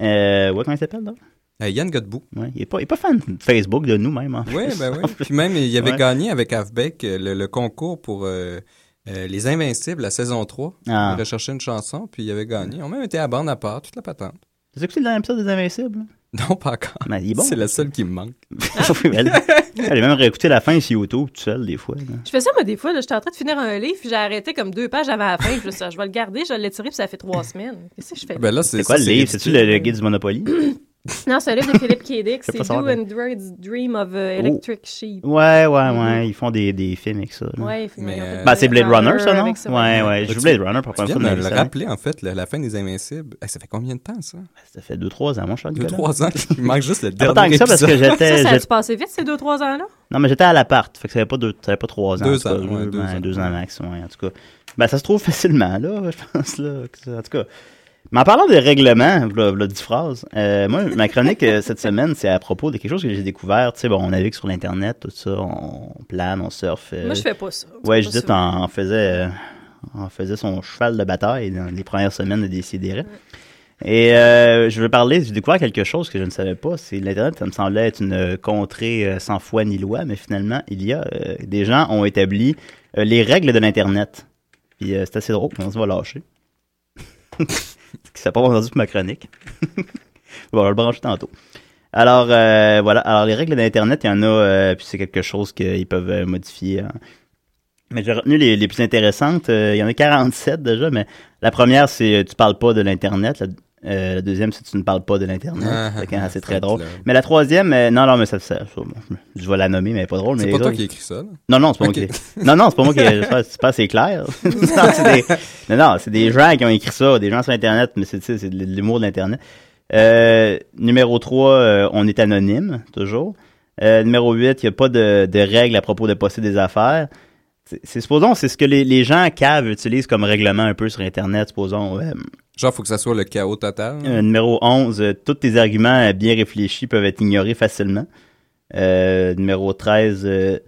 Euh, ouais, comment il s'appelle, là Euh, Yann Godbout. ouais, il, est pas, il est pas fan de Facebook de nous, même. En Oui, plus. ben oui. Puis même, il avait Ouais. gagné avec Avbec euh, le, le concours pour euh, euh, Les Invincibles, la saison 3. Ah. Il recherchait une chanson, puis il avait gagné. On a même été à bande à part, toute la patente. T'as écouté le dernier épisode des Invincibles Non, pas encore. Ben, il est bon. C'est la seule qui me manque. Oui, mais elle- Elle a même réécouté la fin sur YouTube, tout seul, des fois. là. Je fais ça, moi, des fois. là, J'étais en train de finir un livre, puis j'ai arrêté comme deux pages avant la fin. puis Je, me suis dit, Ah, je vais le garder, je l'ai tiré, puis ça fait trois semaines. Qu'est-ce que je fais? Ben là, c'est C'est quoi ça, le livre C'est-tu le, le guide du Monopoly Non, c'est un livre de Philippe K. Dick. Je peux C'est pas savoir Do comment. Androids Dream of euh, Oh, Electric Sheep. Ouais, ouais, ouais. Ils font des, des films avec ça. là. Ouais, il faut- Mais, ils ont fait euh, Ben, c'est Blade Blade Runner, ça, non avec ça, Ouais, ouais. J'ai Tu- vu Blade Runner pour la Tu première fois. viens de dans me ma le vie, ça. rappeler, en fait, la, la fin des Invincibles. Eh, ça fait combien de temps, ça? Ça fait 2-3 ans, mon cher. Deux, Nicolas. trois ans. Il manque juste le Pas tant dernier que ça, parce que épisode. Ça, j'étais. ça a j'étais- dû passer vite, ces deux, trois ans-là? Non, mais j'étais à l'appart. Fait que ça n'avait pas, deux, ça avait pas trois ans. Deux en tout ans, cas, ouais, deux, deux ouais, ans. deux ans max, ouais, en tout cas. Ben, ça se trouve facilement, là, je pense, là. que ça- en tout cas. Mais en parlant des règlements, v'là v'là dix phrases, euh, moi, ma chronique euh, cette semaine, c'est à propos de quelque chose que j'ai découvert. Tu sais, bon, on navigue sur l'Internet, tout ça, on plane, on surfe. euh, Moi, je fais pas ça. Ouais, Je fais Judith pas ça. en, en faisait, euh, en faisait son cheval de bataille dans les premières semaines de Décideret. Et euh, je veux parler, j'ai découvert quelque chose que je ne savais pas. C'est l'Internet, ça me semblait être une euh, contrée euh, sans foi ni loi, mais finalement, il y a euh, des gens ont établi euh, les règles de l'Internet. Puis euh, c'est assez drôle, on se va lâcher. Ce qui s'est pas entendu pour ma chronique. bon, je vais le brancher tantôt. Alors, euh, voilà. Alors, les règles d'Internet, il y en a, euh, puis c'est quelque chose qu'ils peuvent euh, modifier. hein. Mais j'ai retenu les, les plus intéressantes. Euh, il y en a 47 déjà, mais la première, c'est euh, tu parles pas de l'Internet. La, euh, la deuxième, c'est tu ne parles pas de l'Internet. Ah, Fait que, hein, c'est faut très être drôle. là. Mais la troisième, euh, non, non, mais ça, ça, ça, bon, je vais la nommer, mais elle est pas drôle. mais C'est les pas toi autres- qui écris ça, là. non, non, c'est pas moi Ok. qui. Non, non, c'est pas moi qui. Je sais pas, c'est pas assez clair. non, c'est des... non, non, c'est des gens qui ont écrit ça, des gens sur Internet, mais c'est tu sais, c'est de l'humour de l'Internet. Euh, numéro 3, on est anonyme, toujours. Euh, numéro 8, il n'y a pas de, de règles à propos de poster des affaires. C'est- C'est supposons, c'est ce que les, les gens caves utilisent comme règlement un peu sur Internet, supposons. euh, ouais. Genre, faut que ça soit le chaos total. Euh, numéro 11, euh, tous tes arguments euh, bien réfléchis peuvent être ignorés facilement. Euh, numéro 13, euh,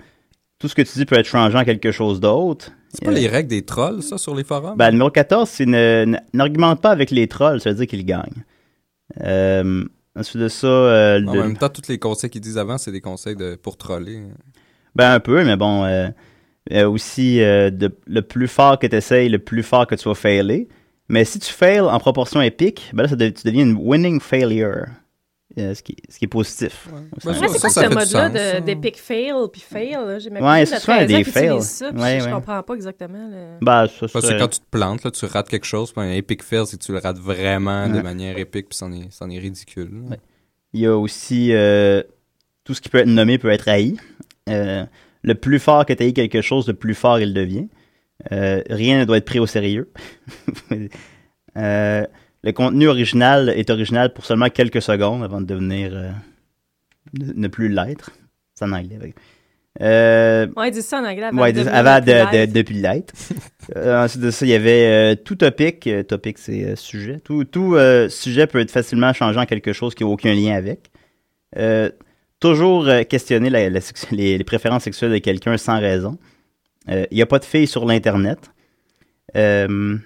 tout ce que tu dis peut être changé en quelque chose d'autre. C'est pas Euh, les règles des trolls, ça, sur les forums? ben, numéro 14, c'est ne- ne- n'argumente pas avec les trolls, ça veut dire qu'ils gagnent. Euh, ensuite de ça, euh, en le- même temps, tous les conseils qu'ils disent avant, c'est des conseils de, pour troller. ben un peu, mais bon, euh, euh, aussi, euh, de- le plus fort que tu essayes, le plus fort que tu vas failer. Mais si tu fails en proportion épique, ben là, ça de- tu deviens une winning failure, Euh, ce, qui, ce qui est positif. C'est Ben, un- Moi, c'est Ça, quoi ça ce fait du mode-là sens, ça. de- d'épic fail Ben, puis fail? là? J'ai même Ouais, plus c'est de souvent 13 ans des qui fails. utilise ça, puis Ouais, je, je ouais. comprends pas exactement. le- Ben, ça, Parce que serait- quand tu te plantes, là, tu rates quelque chose, puis un epic fail, c'est que tu le rates vraiment de Ouais. manière épique, puis c'en est, c'en est ridicule. là. Ouais. Il y a aussi euh, tout ce qui peut être nommé peut être haï. Euh, le plus fort que tu haïs quelque chose, le plus fort il devient. Euh, rien ne doit être pris au sérieux. Euh, le contenu original est original pour seulement quelques secondes avant de devenir euh, ne ne plus l'être. C'est en anglais. fait. Euh, Ouais, ils disent ça en anglais. Avant Ouais, de dis- devenir avant de, de, populaire. depuis l'être. Euh, ensuite de ça, il y avait euh, tout topic. Euh, Topic, c'est euh, sujet. Tout, tout euh, sujet peut être facilement changé en quelque chose qui n'a aucun lien avec. Euh, toujours euh, questionner la- la sex- les, les préférences sexuelles de quelqu'un sans raison. Euh, Il n'y a pas de filles sur l'Internet. Euh,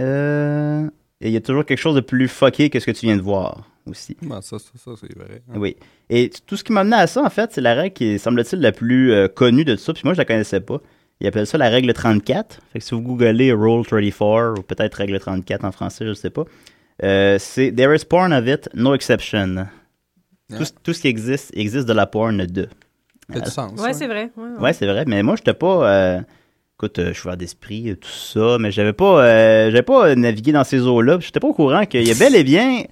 euh, Il y a toujours quelque chose de plus fucké que ce que tu viens de voir. aussi. Bon, Ben, ça, ça, ça, c'est vrai. Oui. Et t- tout ce qui m'a mené à ça, en fait, c'est la règle qui est, semble-t-il, la plus euh, connue de tout ça. Puis moi, je la connaissais pas. Ils appellent ça la règle 34. Fait que si vous googlez Rule 34 ou peut-être règle 34 en français, je sais pas. euh, c'est There is porn of it, no exception. Tout, Ah. tout ce qui existe existe de la porn de. Ça a du sens. hein. Ah Oui, c'est vrai. ouais, ouais. Ouais, c'est vrai, mais moi, j'étais pas. euh, Écoute, euh, je suis ouvert d'esprit, euh, tout ça, mais j'avais pas, euh, j'avais pas euh, navigué dans ces eaux-là. puis J'étais pas au courant qu'il y a bel et bien, il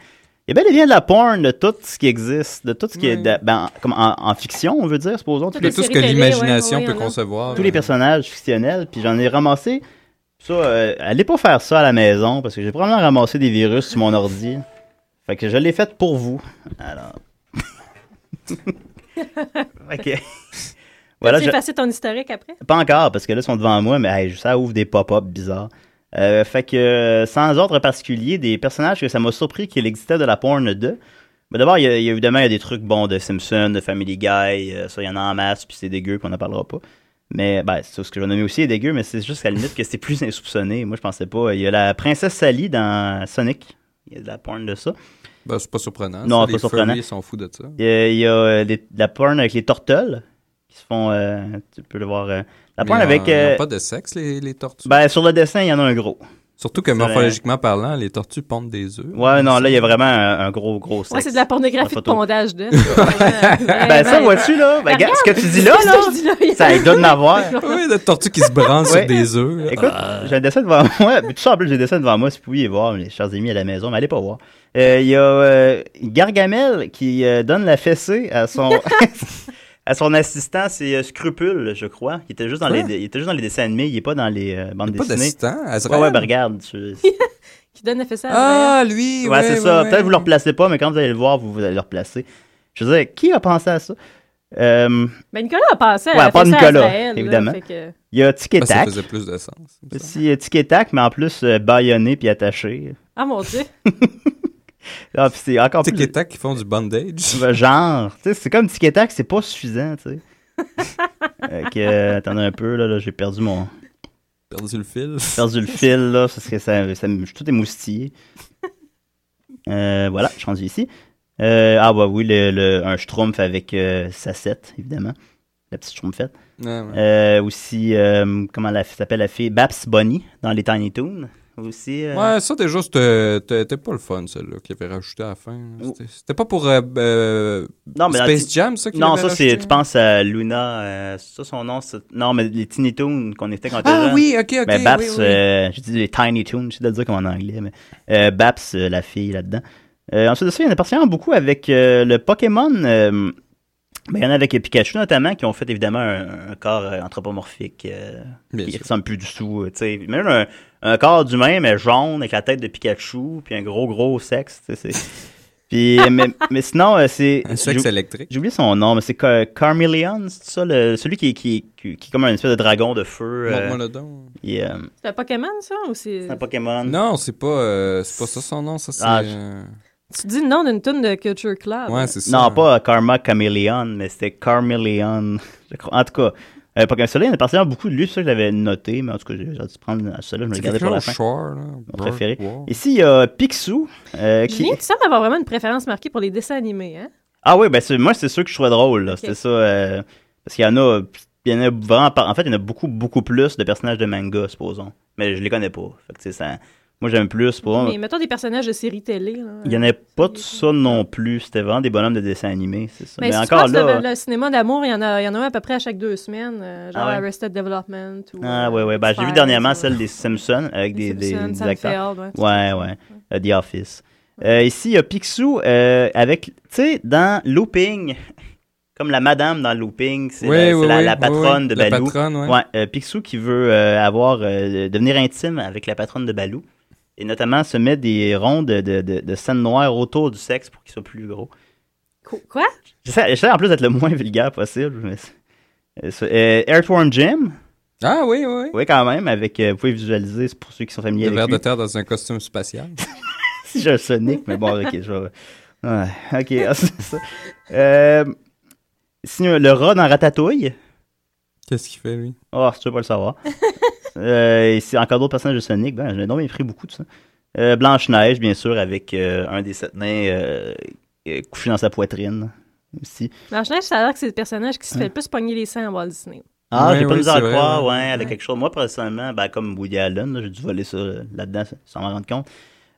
y a bel et bien de la porn de tout ce qui existe, de tout ce qui est, de- ben, en- comme en, en fiction, on veut dire, supposons, tous Tout les, De Les tout ce séries que télé, l'imagination ouais, ouais, peut il y en a. concevoir. tous les personnages fictionnels. Puis j'en ai ramassé. Ça, euh, allez pas faire ça à la maison parce que j'ai probablement ramassé des virus sur mon ordi. Fait que je l'ai faite pour vous. Alors. ok. Voilà, tu je- effacé ton historique après? Pas encore, parce que là, ils sont devant moi, mais hey, ça ouvre des pop-up bizarres. Euh, fait que, euh, sans ordre particulier, des personnages que ça m'a surpris qu'il existait de la porn 2. Mais d'abord, il y a- il y a évidemment, il y a des trucs bons de Simpson, de Family Guy, euh, ça, il y en a en masse, puis c'est dégueu qu'on n'en parlera pas. Mais, ben, c'est tout ce que je vais nommer aussi est dégueu, mais c'est juste à la limite que c'est plus insoupçonné. Moi, je pensais pas. Il y a la princesse Sally dans Sonic. Il y a de la porn de ça. Ben, c'est pas surprenant. Non, ça, pas les surprenant. furries sont fous de ça. Il y a, il y a, euh, les- la porn avec les tortelles qui se font. euh, tu peux le voir. euh, la porn Mais avec. ils ont- ils ont euh, pas de sexe, les, les tortues. ben, sur le dessin, il y en a un gros. Surtout que vrai. morphologiquement parlant, les tortues pondent des œufs. Ouais, non, là, il y a vraiment un, un gros, gros sexe. Ouais, c'est de la pornographie La de photo. pondage de. Ben, ça, vois-tu, là? Ben, regarde, ce que tu dis là, C'est ça que je dis là, il y là, a- ça donne à voir. Oui, des tortues qui se branlent Ouais. sur des œufs. là. Écoute, Euh. j'ai un dessin devant moi. Puis tout ça, en plus, j'ai un dessin devant moi. Si vous pouviez voir, mes chers amis à la maison, mais allez pas voir. Euh, Il y a euh, Gargamel qui euh, donne la fessée à son, à son assistant. C'est euh, Scrupule, je crois. Il était juste dans, les, Quoi? il était juste dans les dessins animés. Il est pas dans les euh, bandes Il y a Ah, pas dessinées. d'assistant. Ouais, Azrael? ouais, ben regarde. tu- Qui donne fait ça à Ah, lui! Ouais, ouais, c'est ouais, ça. ouais. Peut-être vous ne le replacez pas, mais quand vous allez le voir, vous, vous allez le replacer. Je veux dire, qui a pensé à ça? Euh, Ben, Nicolas a passé. Ouais, à pas Nicolas, évidemment. Il y a Tic et Ben, ça Tac. faisait plus de sens. il me semble. Aussi, euh, Tic et Tac, mais en plus euh, bâillonné puis attaché. Ah, mon Dieu. Ah, puis c'est encore Tic plus. et tac qui font du bondage. Ben, Genre, tu sais, c'est comme Tic et Tac, c'est pas suffisant, tu sais. Fait que, euh, attendez un peu, là, là, j'ai perdu mon. perdu le fil. perdu le fil, là, parce que ça, ça, me- je suis tout émoustillé. Euh, voilà, je suis rendu ici. Euh, ah, bah oui, le, le- un schtroumpf avec euh, sa sette, évidemment. La petite schtroumpfette. Ouais, ouais. Euh, aussi, euh, comment la- s'appelle la fille Babs Bunny dans les Tiny Toons. Aussi. euh, Ouais, ça déjà, c'était c'était pas le fun, celle-là, qu'il avait rajouté à la fin. là. C'était- C'était pas pour euh, euh, Non, mais Space Jam, ça, qu'il Non, avait ça, rajouté? c'est. Tu penses à Luna. euh, c'est ça, son nom. c'est- Non, mais les Tiny Toons qu'on était quand on était Ah jeune. oui, ok, ok. euh, Mais Babs, oui, oui. euh, j'ai dit les Tiny Toons, je sais de le dire comme en anglais, mais euh, Babs, euh, la fille là-dedans. Euh, ensuite de ça, il y en a particulièrement beaucoup avec euh, le Pokémon. euh, ben, il y en a avec Pikachu notamment qui ont fait évidemment un, un corps euh, anthropomorphique euh, Bien qui sûr. ressemble plus du tout. euh, tu sais. Même un, un corps d'humain, mais jaune, avec la tête de Pikachu, puis un gros, gros sexe. tu sais, c'est- puis, mais, mais sinon, euh, c'est. Un sexe j'ai- électrique. j'ai oublié son nom, mais c'est Car- Carmeleon, c'est ça, le- celui qui, qui, qui, qui est comme un espèce de dragon de feu. euh, Montre-moi le don. il est, euh, C'est un Pokémon, ça? Ou c'est... c'est un Pokémon. Non, c'est pas, euh, c'est pas ça son nom, ça c'est. Ah, je- euh, Tu dis le nom d'une tune de Culture Club. Ouais, c'est ça. Non, pas euh, Karma Chameleon, mais c'était Carmeleon. je crois. En tout cas, euh, Pokémon Soleil, il y en a particulièrement beaucoup de lui, c'est ça que j'avais noté, mais en tout cas, j'ai j'ai dû prendre celui-là, je me le C'est gardais quelqu'un pour au la fin. Shore, là. Mon préféré. Wow. Ici, il y a Picsou. euh, qui... Julien, tu sembles avoir vraiment une préférence marquée pour les dessins animés, hein? Ah oui, ben c'est- moi, c'est sûr que je trouvais drôle. là. C'était ça. euh, Parce qu'il y en a. Il y en a vraiment. par- En fait, il y en a beaucoup, beaucoup plus de personnages de manga, supposons. Mais je les connais pas. Fait que, tu sais, ça... Moi, j'aime plus. Pour... Mais mettons des personnages de séries télé. Là. Il y en avait pas tout ça non plus. C'était vraiment des bonhommes de dessin animé, c'est ça. Mais, si tu encore penses là. le, le cinéma d'amour, il y, en a, il y en a un à peu près à chaque deux semaines, euh, genre Ah ouais. Arrested Development. Ou, Ah ouais, euh, ouais. Ben, j'ai vu X-Files, dernièrement ou- celle des Simpsons avec des, des, Simpsons, des acteurs. Seinfeld, ouais. Ouais, ouais. Euh, The Office. Euh, ici, il y a Picsou euh, avec, tu sais, dans Looping, comme la madame dans Looping, c'est Oui, la, oui, c'est la- oui, la oui, patronne oui. de La Baloo. patronne, ouais. euh, Picsou qui veut euh, avoir, euh, devenir intime avec la patronne de Baloo. Et notamment se met des ronds de, de, de, de scène noire autour du sexe pour qu'il soit plus gros. Qu- Quoi? J'essaie j'essaie en plus d'être le moins vulgaire possible. Mais... c'est- Euh, ça- euh, Earthworm Jim, Ah oui, oui. oui. oui quand même, avec, euh, vous pouvez visualiser, c'est pour ceux qui sont familiers Le avec ver lui. de terre dans un costume spatial. si j'ai un Sonic, mais bon, ok, je vais. Ouais, ok, ah, c'est ça. Euh, sinon, le rat dans Ratatouille. Qu'est-ce qu'il fait, lui Ah, Oh, si tu veux pas le savoir. Euh, et c'est encore d'autres personnages de Sonic. Ben, j'en ai donc bien pris beaucoup de ça. Euh, Blanche-Neige, bien sûr, avec euh, un des sept nains euh, euh, couché dans sa poitrine. Aussi. Blanche-Neige, ça a l'air que c'est le personnage qui se fait le plus pogner les seins à Walt Disney. Ah, Ouais, j'ai pas ouais, mis à c'est le vrai, croire, ouais. ouais, elle a quelque chose. Moi, personnellement, ben, comme Woody Allen, là, j'ai dû voler ça euh, là-dedans sans m'en rendre compte.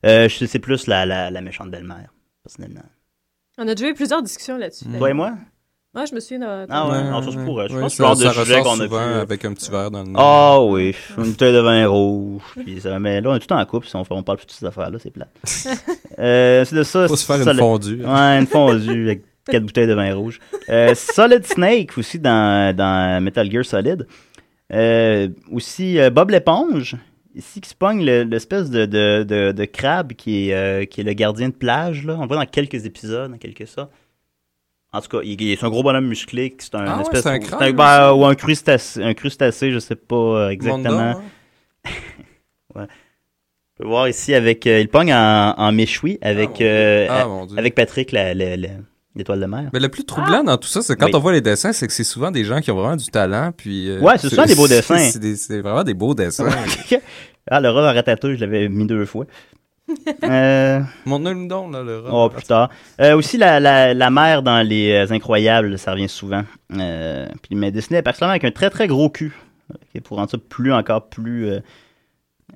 Euh, je sais c'est plus la, la, la méchante belle-mère, personnellement. Mmh. On a déjà eu plusieurs discussions là-dessus. Toi et moi? Moi, je me souviens de... Ah ouais, Ouais, non, ça c'est pour. euh, Je ouais, pense que ça- c'est le genre ça de sujet ressort qu'on a souvent vu. euh, avec un petit verre dans le nez. Ah oui, une bouteille de vin rouge. Puis ça, mais là, on est tout en couple, si on, fait- on parle plus de ces affaires-là, c'est plate. euh, c'est de ça. Faut se faire ça, une le- fondue. hein. Ouais, une fondue avec quatre bouteilles de vin rouge. Euh, Solid Snake aussi dans, dans Metal Gear Solid. Euh, aussi euh, Bob l'éponge, ici qui se pogne le- l'espèce de, de, de, de crabe qui est, euh, qui est le gardien de plage. Là. On le voit dans quelques épisodes, dans quelques ça. En tout cas, il, il- c'est un gros bonhomme musclé. qui- C'est un Ah ouais, espèce c'est un c'est crabe, ben, ça. Ou un crustacé, un crustacé, je sais pas euh, exactement. Mondor, hein. On peut voir ici avec. euh, il pogne en, en méchoui avec, Ah, mon Dieu. euh, Ah, a- mon Dieu. avec Patrick, la- la- la- l'étoile de mer. Mais le plus troublant dans tout ça, c'est quand Oui. on voit les dessins, c'est que c'est souvent des gens qui ont vraiment du talent. Puis, euh, Ouais, c'est souvent des beaux dessins. c'est des- C'est vraiment des beaux dessins. ah, le rat en ratatouille, je l'avais mis deux fois. Euh, Montre-nous donc, là, le rat. oh, plus tard. Euh, aussi, la, la, la mère dans Les euh, Incroyables, ça revient souvent. Euh, puis, mais Disney est particulièrement avec un très très gros cul. Ok, pour rendre ça plus encore plus euh,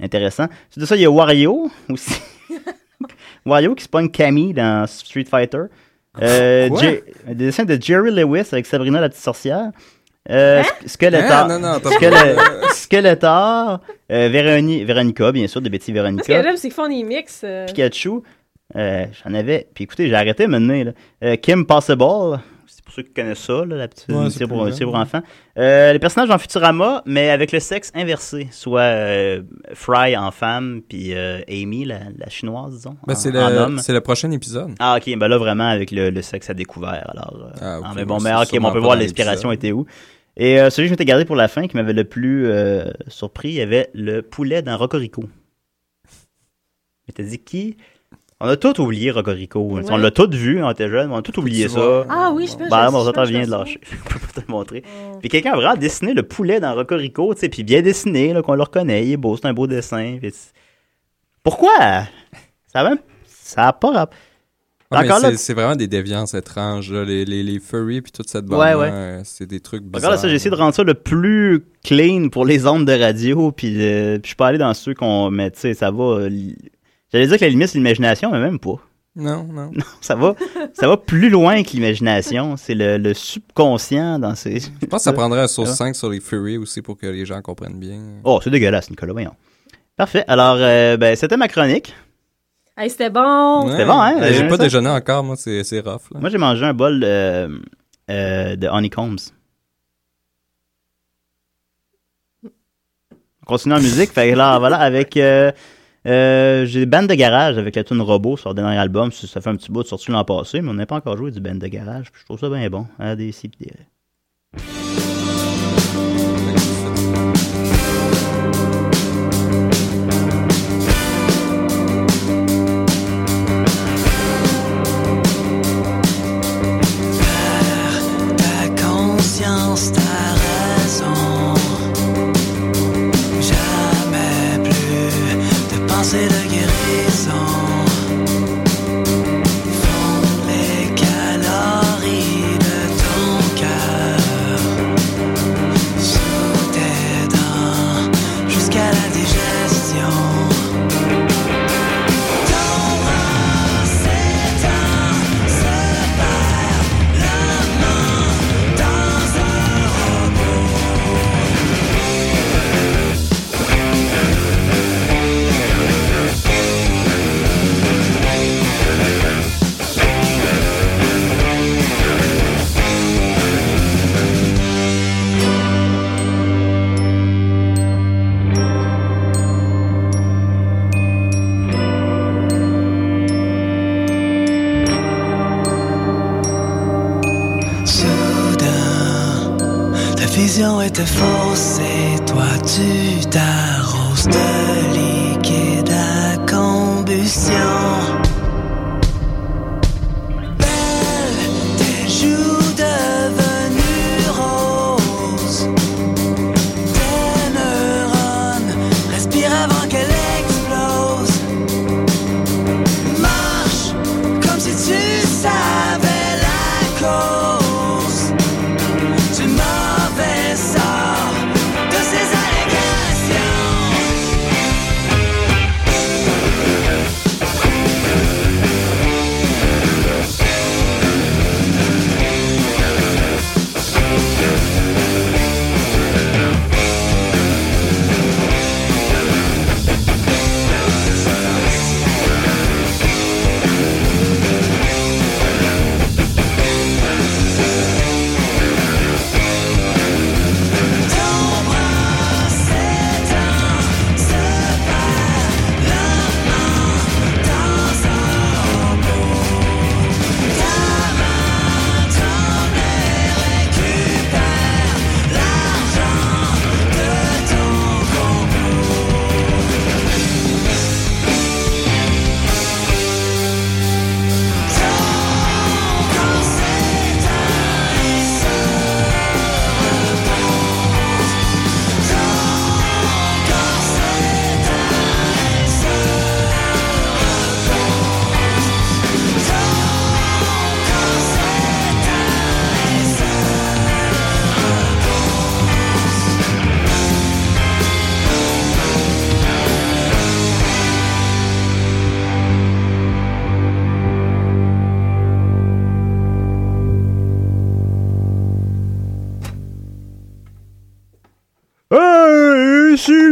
intéressant. C'est de ça, il y a Wario aussi. Wario qui se pogne Camille dans Street Fighter. Euh, Quoi? Jer- un dessin de Jerry Lewis avec Sabrina la petite sorcière. Euh, Sk- Skeletor. Hein? Non, non, t'as Skele- pas- Skeletor. euh, Véroni- Véronica, bien sûr, de Betty Ce que Véronica. j'aime, c'est qu'ils font des mix. euh, Pikachu. euh, J'en avais. Puis écoutez, j'ai arrêté maintenant. Là. Euh, Kim Possible. C'est pour ceux qui connaissent ça, là, la petite Ouais, c'est c'est pour, plus c'est pour jeune. enfants. Euh, les personnages en Futurama, mais avec le sexe inversé. Soit euh, Fry en femme, puis euh, Amy, la, la chinoise, disons, Ben, en, c'est en le, homme. c'est le prochain épisode. Ah, ok, ben là, vraiment, avec le, le sexe à découvert. Alors, euh, Ah, ok, ah, mais bon, ouais, mais c'est ah, ok, sûrement mais on peut pas voir dans l'inspiration l'épisode. était où. Et euh, celui que je m'étais gardé pour la fin, qui m'avait le plus euh, surpris, il y avait le poulet dans Rocorico. Je m'étais dit, qui On a tout oublié Rocorico. Ouais. On l'a tout vu quand on était jeune, on a tout oublié Tu ça. vois. Ah oui, je peux. Bah, je- mon je auteur pense que vient je de le Oh. lâcher. Je peux pas te le montrer. Puis quelqu'un a vraiment dessiné le poulet dans Rocorico, tu sais, puis bien dessiné, là, qu'on le reconnaît, il est beau, c'est un beau dessin. puis c'est- Pourquoi? Ça va? Ça a pas rapport. Ah, mais Encore là- c'est- c'est vraiment des déviances étranges, là, les, les, les furries puis toute cette bande. Ouais, ouais. c'est des trucs bizarres. Encore là, ça, j'ai essayé de rendre ça le plus clean pour les ondes de radio, puis euh, puis je suis pas allé dans ceux qu'on... Mais tu sais, ça va... euh, li- J'allais dire que la limite, c'est l'imagination, mais même pas. Non, non. Ça va, ça va plus loin que l'imagination. C'est le, le subconscient dans ces... Je pense que ça prendrait un source Ah. 5 sur les furries aussi pour que les gens comprennent bien. Oh, c'est dégueulasse, Nicolas, voyons. Parfait. Alors, euh, ben, c'était ma chronique. cherche. Hey, c'était bon. c'est bon, hein, Ouais, J'ai euh, pas ça? déjeuné encore, moi, c'est c'est rough. Là. Moi, j'ai mangé un bol euh, euh, de honeycombs. On continue en musique. Fait que là, voilà, avec. euh, euh, j'ai band de garage avec la tune Robot sur le dernier album. Ça ça fait un petit bout de sortie l'an passé, mais on n'a pas encore joué du band de garage. puis je trouve ça bien bon. À des si, puis des- Ta conscience, ta raison. Jamais plus de pensée de guérison. Fondre les calories de ton cœur. Sous tes dents, jusqu'à la digestion. Soudain, ta vision était fausse et toi tu t'arroses de liquide à combustion. Belle, tes joues devenues roses. Tes neurones respirent avant qu'elle explose.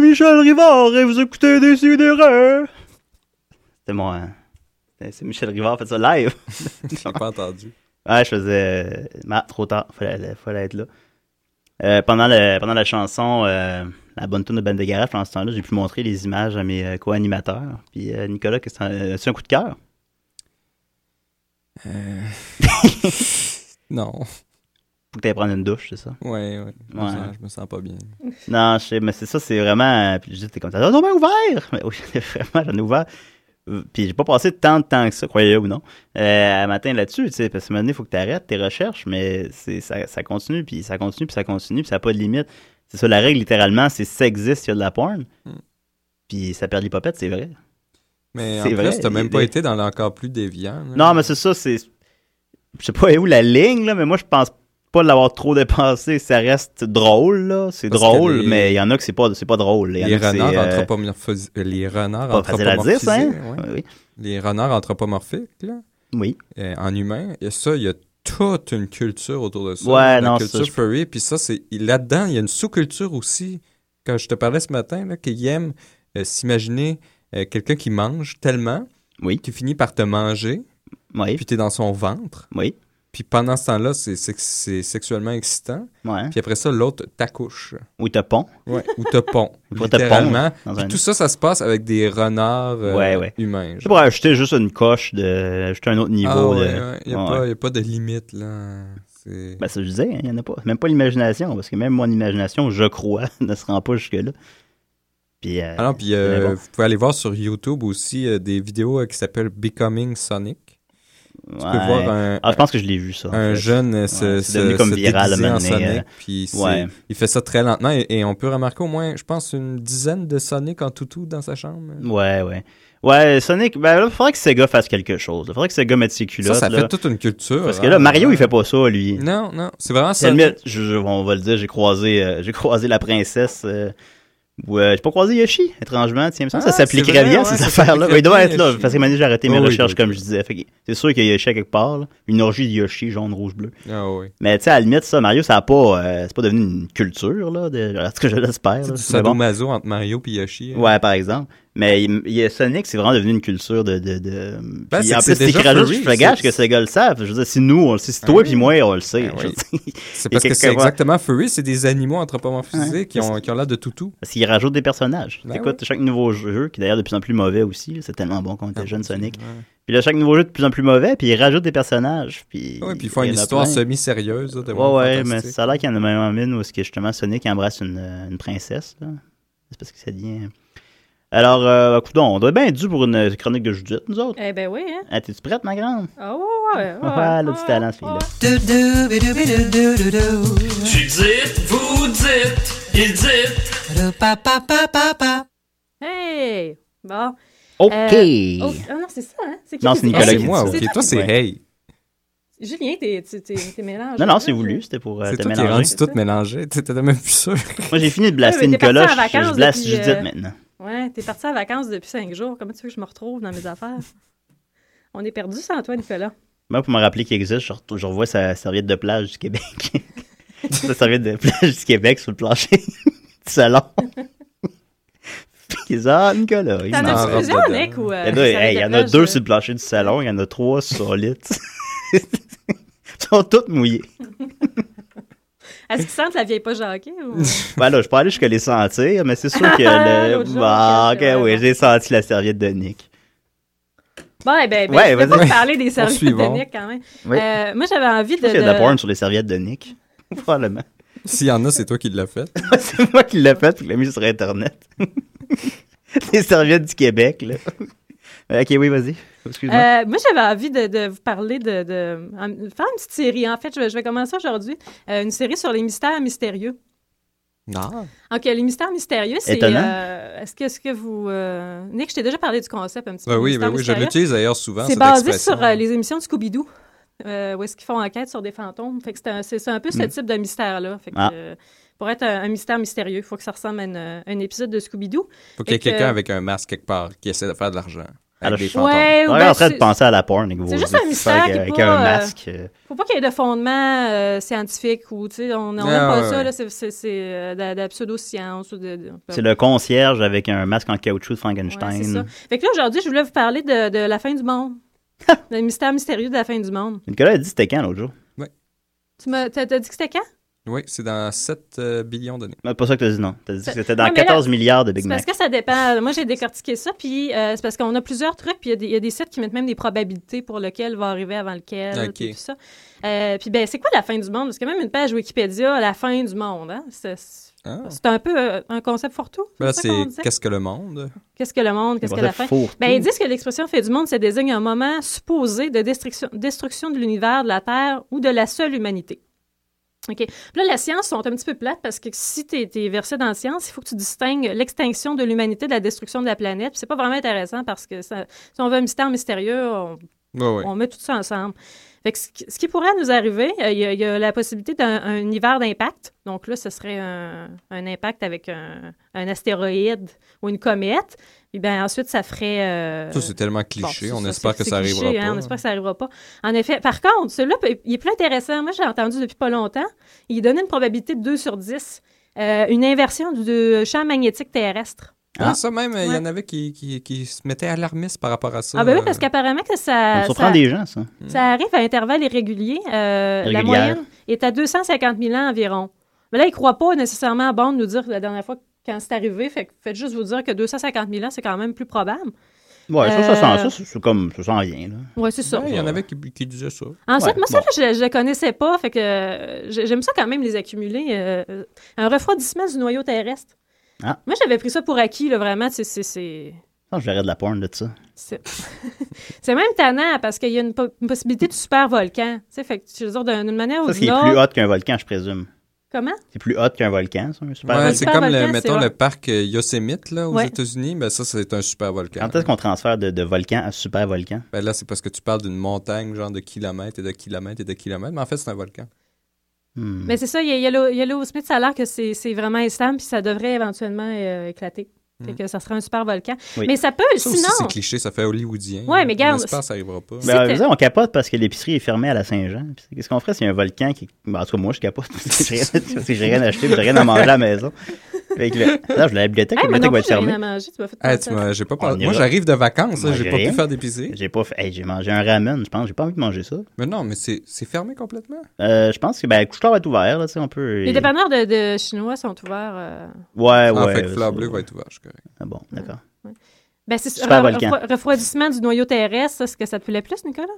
Michel Rivard et vous écoutez des sidérés. C'était mon. euh, C'est Michel Rivard qui fait ça live. Je l'ai pas entendu. Ouais, je faisais. euh, Ah, trop tard, fallait, fallait être là. Euh, pendant, le, pendant la chanson, euh, la bonne tune de Bande de Garage, pendant ce temps-là, j'ai pu montrer les images à mes euh, co-animateurs. Puis euh, Nicolas, c'est un, euh, as-tu un coup de cœur. Euh. Non. Faut que t'ailles prendre une douche, c'est ça? Ouais, ouais. Je, me Ouais. sens, je me sens pas bien. Non, je sais, mais c'est ça, c'est vraiment. euh, Puis j'étais comme ça. J'en ai ouvert! Mais oui, vraiment, j'en ai ouvert. Euh, Puis j'ai pas passé tant de temps que ça, croyez-le ou non, euh, à matin là-dessus, tu sais, parce que maintenant, il faut que tu arrêtes tes recherches, mais c'est ça, ça continue, puis ça continue, puis ça continue, puis ça n'a pas de limite. C'est ça, la règle, littéralement, c'est si ça existe, il y a de la porn. Hmm. Puis ça perd l'hypopète, c'est vrai. Mais en C'est vrai, plus, t'as il- même pas il- été dans l'encore plus déviant. là. Non, mais c'est ça, c'est. Je sais pas où la ligne, là, mais moi, je pense pas l'avoir trop dépensé. Ça reste drôle, là. C'est Parce que drôle, les- mais il y en a que c'est pas, c'est pas drôle. Il y en Les a que c'est, renards, euh, anthropomorphis- euh, les renards pas facile à dire, anthropomorphisés. ça, hein? ouais. Oui. Les renards anthropomorphiques, là, Oui. euh, en humain. Et ça, il y a toute une culture autour de ça. Ouais, la non, ça, culture je- furry. Puis ça, c'est là-dedans, il y a une sous-culture aussi. Quand je te parlais ce matin, là, qu'ils aiment euh, s'imaginer euh, quelqu'un qui mange tellement Oui. qu'il finit par te manger, Oui. puis t'es dans son ventre. Oui. Puis pendant ce temps-là, c'est sex- c'est sexuellement excitant. Ouais. Puis après ça, l'autre t'accouche. Ou te pont. Ouais, ou te pond. Il faut te littéralement. pondre dans Puis un- tout ça, ça se passe avec des renards euh, Ouais, ouais. humains. Je genre. pourrais ajouter juste une coche de. Ajouter un autre niveau. Ah, ouais, de... ouais. Il n'y a, Ouais, pas- ouais. il y a pas de limite, là. C'est- Ben, ça, je disais, hein, il y en a pas. Même pas l'imagination, parce que même mon imagination, je crois, ne se rend pas jusque-là. Puis. euh, Ah non, puis euh, Mais bon. vous pouvez aller voir sur YouTube aussi euh, des vidéos euh, qui s'appellent Becoming Sonic. ouais. Tu peux voir un, Ah, je pense que je l'ai vu, ça. en un fait. jeune euh, se, c'est devenu se- comme se viral, déguiser à un en moment donné, Sonic, euh, puis c'est- ouais. il fait ça très lentement et, et on peut remarquer au moins, je pense, une dizaine de Sonic en toutou dans sa chambre. Ouais, ouais. Ouais, Sonic, ben là, faudrait que Sega fasse quelque chose. Il faudrait que Sega mette ses Ça, culottes. ça là. fait toute une culture. Parce que là, hein. Mario, il fait pas ça, lui. Non, non, c'est vraiment C'est Sonic. admis, je- je- on va le dire, j'ai croisé, euh, j'ai croisé la princesse. Euh, ou, euh, j'ai pas croisé Yoshi, étrangement. Tiens, il me semble que Ah, ça s'appliquerait c'est vrai, bien, ouais, ces ça affaires-là. s'appliquerait Ouais, il doit bien, être là, Yoshi. parce que maintenant, j'ai arrêté mes Oh, oui, recherches, oui, comme oui. je disais. Fait que c'est sûr qu'il y a Yoshi à quelque part, là. une orgie de Yoshi, jaune, rouge, bleu. Ah oui. Mais tu sais, à la limite, ça, Mario, ça a pas, euh, c'est pas devenu une culture, là. De, en tout cas, je l'espère. là. Du Mais bon. sadomaso entre Mario et Yoshi. hein. Ouais, par exemple. Mais il- il y a Sonic, c'est vraiment devenu une culture de. de, de... Ben, Puis c'est en plus, que c'est c'est déjà courageux, furry, je fais gage c'est- Ben que ces gars le savent. Je veux dire, si nous, on le sait, si toi oui. puis moi, on le sait. Ah je veux oui. dire. C'est parce Et que c'est quelquefois- exactement furry, c'est des animaux anthropomorphisés qui ont, qui ont l'air de toutou. Parce qu'ils rajoutent des personnages. Ben T'écoutes chaque nouveau jeu, qui est d'ailleurs de plus en plus mauvais aussi. là, C'est tellement bon quand on était Ah jeune, Sonic. Ouais. Puis là, chaque nouveau jeu est de plus en plus mauvais, puis ils rajoutent des personnages. Puis, Ah Ouais, puis ils font il y une en a histoire plein. semi-sérieuse. là, de Ouais, World ouais, mais Fantastic. ça a l'air qu'il y en a même en mine où est-ce que justement Sonic embrasse une, euh, une princesse. là. C'est parce que ça devient. hein. Alors, euh, coudonc, on doit être bien dû pour une euh, chronique de Judith, nous autres. Eh ben oui, hein? Ah, t'es-tu prête, ma grande? Ah ouais, ouais, ouais. ouais, Ah, là, du ouais, talent, ce ouais. fille-là. Hey! Bon. OK! Oh, ah non, c'est ça, hein? C'est qui Non, qui c'est dit- Ah, Nicolas c'est qui moi, dit ok. ça. Toi, c'est Ouais. hey. Julien, t'es, t'es, t'es, t'es mélangé. Non, non, c'est Hein, voulu, c'était pour euh, C'est te toi qui as rendu mélanger. tout mélangé. T'étais même plus sûr. Moi, j'ai fini de blaster Ouais, mais t'es Nicolas, parti en je, je vacances blaste depuis, Judith euh, maintenant. Ouais, t'es parti en vacances depuis cinq jours. Comment tu veux que je me retrouve dans mes affaires? On est perdu sans toi, Nicolas. Moi, pour me rappeler qu'il existe, je, re- je revois sa serviette de plage du Québec. sa serviette de plage du Québec sur le plancher du salon. Puis ils disent, ah, Nicolas, il T'en mange. as-tu m'en plusieurs, rentre dedans. Nick? Ou, euh, Il y en a, ça hey, il y en a déplace, deux euh, sur le plancher du salon, il y en a trois solides. Ils sont toutes mouillées. Est-ce qu'ils sentent la vieille poche de hockey? Ou... Ben là, je peux aller jusqu'à les sentir, mais c'est sûr que le... L'autre jour, Ah, c'est ok, oui, vraiment- j'ai senti la serviette de Nick. Bon, eh ben, ben, Ouais, je vais vas-y. pas te parler des services de Poursuivons. Nick quand même. Oui. Euh, moi, j'avais envie de... Je pense qu'il y a de la de- porn sur les serviettes de Nick. Probablement. S'il y en a, c'est toi qui l'as fait. c'est moi qui l'ai fait puis qui l'ai mis sur Internet. les serviettes du Québec, là. ok, oui, vas-y. Excuse-moi. Euh, moi, j'avais envie de, de vous parler de, de- en- faire une petite série. En fait, je vais, je vais commencer aujourd'hui euh, une série sur les mystères mystérieux. Non. OK, les mystères mystérieux, c'est... Étonnant. euh, Est-ce que, est-ce que vous... euh, Nick, je t'ai déjà parlé du concept un petit peu. Ben des oui, mystères ben oui, je mystérieux. l'utilise d'ailleurs souvent. C'est cette basé expression. sur euh, les émissions de Scooby-Doo, euh, où est-ce qu'ils font enquête sur des fantômes. Fait que c'est un, c'est- c'est un peu ce Mm. type de mystère-là. Fait que, Ah. euh, pour être un, un mystère mystérieux, il faut que ça ressemble à une- euh, un épisode de Scooby-Doo. Faut qu'il y ait Fait que- quelqu'un avec un masque quelque part qui essaie de faire de l'argent. Alors, Avec des je- fantômes. Ouais, On ben, est en train de c'est- penser à la porn avec vos juste yeux un mystère avec, qui est avec pas, un euh, masque. euh, Faut pas qu'il y ait de fondement euh, scientifique ou, tu sais, on n'aime Ouais, pas Ah, ouais, ça, ouais. là, c'est, c'est, c'est, euh, de, la- de la pseudo-science ou de... de- C'est le concierge avec un masque en caoutchouc de Ouais, c'est Frankenstein. ça. Fait que là, aujourd'hui, je voulais vous parler de, de la fin du monde. le mystère mystérieux de la fin du monde. Nicolas a dit c'était quand l'autre jour? Tu m'as, t'as, t'as dit que c'était quand? Oui, c'est dans 7 euh, billions d'années. Mais Pas ça que t'as dit non. T'as dit que C'est- c'était dans Ouais, mais là, 14 milliards de Big C'est Mac. parce que ça dépend. Moi, j'ai décortiqué ça, puis euh, c'est parce qu'on a plusieurs trucs, puis il y a des- il y, a des sites qui mettent même des probabilités pour lequel va arriver avant lequel, Ok. puis tout ça. Euh, puis ben, c'est quoi la fin du monde? Parce que même une page Wikipédia, la fin du monde, hein? C'est, c'est Ah. un peu euh, un concept fort tout. Ben là, ça qu'on c'est disait. qu'est-ce que le monde? Qu'est-ce que le monde? Qu'est-ce que la fin? Ben, ils disent que l'expression fait du monde, ça désigne un moment supposé de destruction, destruction de l'univers, de la Terre ou de la seule humanité. OK. Puis là, la science sont un petit peu plates parce que si tu es, versé dans la science, il faut que tu distingues l'extinction de l'humanité de la destruction de la planète. Puis c'est pas vraiment intéressant parce que ça- si on veut un mystère mystérieux, on, Ouais, ouais. on met tout ça ensemble. Fait que ce, qui, ce qui pourrait nous arriver, euh, il y, a- il y a la possibilité d'un un hiver d'impact. Donc là, ce serait un, un impact avec un, un astéroïde ou une comète. Puis ben ensuite, ça ferait... euh, Ça, c'est tellement Bon, cliché. c'est on ça, espère c'est- que c'est ça cliché, arrivera hein, pas. on espère que ça arrivera pas. En effet, par contre, celui-là, peut- il est plus intéressant. Moi, j'ai entendu depuis pas longtemps. Il donnait une probabilité de 2 sur 10. euh, une inversion du du champ magnétique terrestre. Ah, Ah. ça même, il y Ouais. en avait qui, qui, qui se mettaient alarmistes par rapport à ça. ah ben oui, euh, parce qu'apparemment que Ça ça, me surprend euh, ça, des gens, ça. ça arrive à intervalles irréguliers. Euh, la Régulière. moyenne est à 250 000 ans environ. Mais là, ils ne croient pas nécessairement à bon de nous dire la dernière fois quand c'est arrivé. Fait que faites juste vous dire que 250 000 ans, c'est quand même plus probable. Ouais, ça, ça sent, Euh, ça, c'est- c'est comme, ça sent rien, là. Oui, c'est ça. ouais, il y en avait qui, qui disaient ça. Ensuite, Ouais, moi, ça, bon. là, je ne connaissais pas. Fait que euh, j'ai- j'aime ça quand même les accumuler. euh, euh, un refroidissement du noyau terrestre. Ah. Moi, j'avais pris ça pour acquis, là, vraiment. tu sais, C'est, c'est, Je verrais de la porn de ça. c'est, c'est même tannant parce qu'il y a une, po- une possibilité de super volcan. Tu sais, fait que, je veux dire, d'une d'une manière ou Ça, c'est d'une plus autre. hot qu'un volcan, je présume. Comment? C'est plus hot qu'un volcan, ça, un super Ouais, volcan. c'est super comme, volcan, le, c'est mettons, vrai. le parc euh, Yosemite là, aux Ouais. États-Unis. Ben, ça, c'est un super volcan. Quand est-ce qu'on transfère de, de volcan à super volcan? Ben, là, c'est parce que tu parles d'une montagne, genre de kilomètres et de kilomètres et de kilomètres. Mais en fait, c'est un volcan. Hmm. Mais c'est ça, il y a- il y a le- il y a Yellow Smith, ça a l'air que c'est c'est vraiment instable, puis ça devrait éventuellement euh, éclater. Hmm. Fait que ça serait un super volcan. Oui. Mais ça peut, Ça aussi, c'est sinon. cliché. Ça fait hollywoodien. Ouais, mais gars. garde- On espère que ça arrivera pas. Ben, c'était- vous savez, on capote parce que l'épicerie est fermée à la Saint-Jean. Puis, Qu'est-ce qu'on ferait s'il y a un volcan qui. Ben, en tout cas, moi, je capote. parce que j'ai rien- parce que j'ai rien acheté, puis j'ai rien à manger à la maison. Fait que là, là, je vais à la bibliothèque, Hey, la moi non bibliothèque va plus, être j'ai rien à fermée. manger, tu m'as fait Hey, penser tu à ça. m'as- j'ai pas On pas- ira. Moi, j'arrive de vacances. là, Moi, J'ai j'ai pas pu rien. faire d'épicerie. J'ai pas fait. hey, j'ai mangé un ramen, je pense. J'ai pas envie de manger ça. Mais non, mais c'est c'est fermé complètement. Euh, je pense que, ben, couche-tard va être ouvert, là, tu sais, on peut. Les dépanneurs de, de chinois sont ouverts. euh, Ouais, Ah ouais. en Ah, fait, que ça- Fleur Bleue va être ouvert, je suis correct. Ah bon, d'accord. Ben, c'est Super re- volcan. refro- refroidissement du noyau terrestre, ça, est-ce que ça te plaît plus, Nicolas?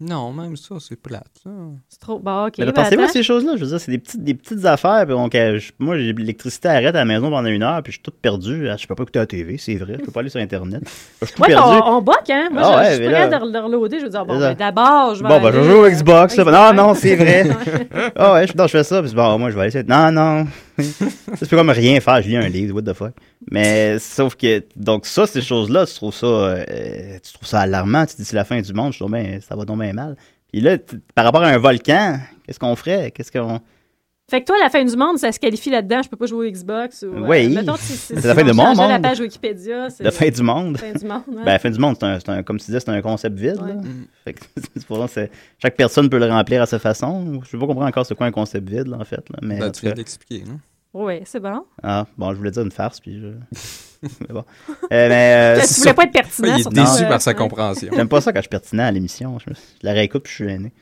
Non, même ça, c'est plate. ça. C'est trop. Bah, ok. Mais là, ben, pensez-vous à attends. ces choses-là. Je veux dire, c'est des petites, des petites affaires. puis donc, euh, je- moi, j'ai- l'électricité arrête à la maison pendant une heure, puis je suis tout perdu. Ah, Je peux pas écouter la TV, c'est vrai. Je peux pas aller sur Internet. Je suis tout Ouais, perdu. on, on boque, hein? Moi, Ah je- ouais, je suis mais pas là- capable de re- de reloader. Je veux dire, bon, C'est ça. ben, d'abord, je vais. Bon, ben, je aller, joue au euh, Xbox. là. Xbox. Non, non, c'est vrai. Ah ouais, je, non, je fais ça, puis c'est bon, moi, je vais aller sur... Non, non. ça, peux comme rien faire. Je lis un livre, what the fuck. Mais sauf que, donc ça, ces choses-là, tu trouves ça, euh, tu trouves ça alarmant. Tu te dis, c'est la fin du monde, je trouve bien, ça va tomber mal. Puis là, t- par rapport à un volcan, qu'est-ce qu'on ferait? Qu'est-ce qu'on... Fait que toi, la fin du monde, ça se qualifie là-dedans. Je peux pas jouer au Xbox. Ou, euh, Oui. mettons, si- si- C'est si la fin on de mon changeait la monde. hein. page Wikipédia, c'est La fin du monde? fin du monde. hein. Ben, la fin du monde, c'est un, c'est un- comme tu disais, c'est un concept vide. Ouais. là. Fait que, c'est pour ça que c'est- chaque personne peut le remplir à sa façon. Je ne pas comprendre encore c'est quoi un concept vide, là, en fait. là, Mais, Ben, en tu tout cas- viens d'expliquer, non? Oui, c'est bon. ah, bon, je voulais dire une farce, puis je... mais bon. Euh, mais, euh, Tu c'est voulais ça. pas être pertinent. il est surtout, déçu euh, par sa ouais. compréhension. j'aime pas ça quand je suis pertinent à l'émission. Je, me- je la réécoute, puis je suis gêné.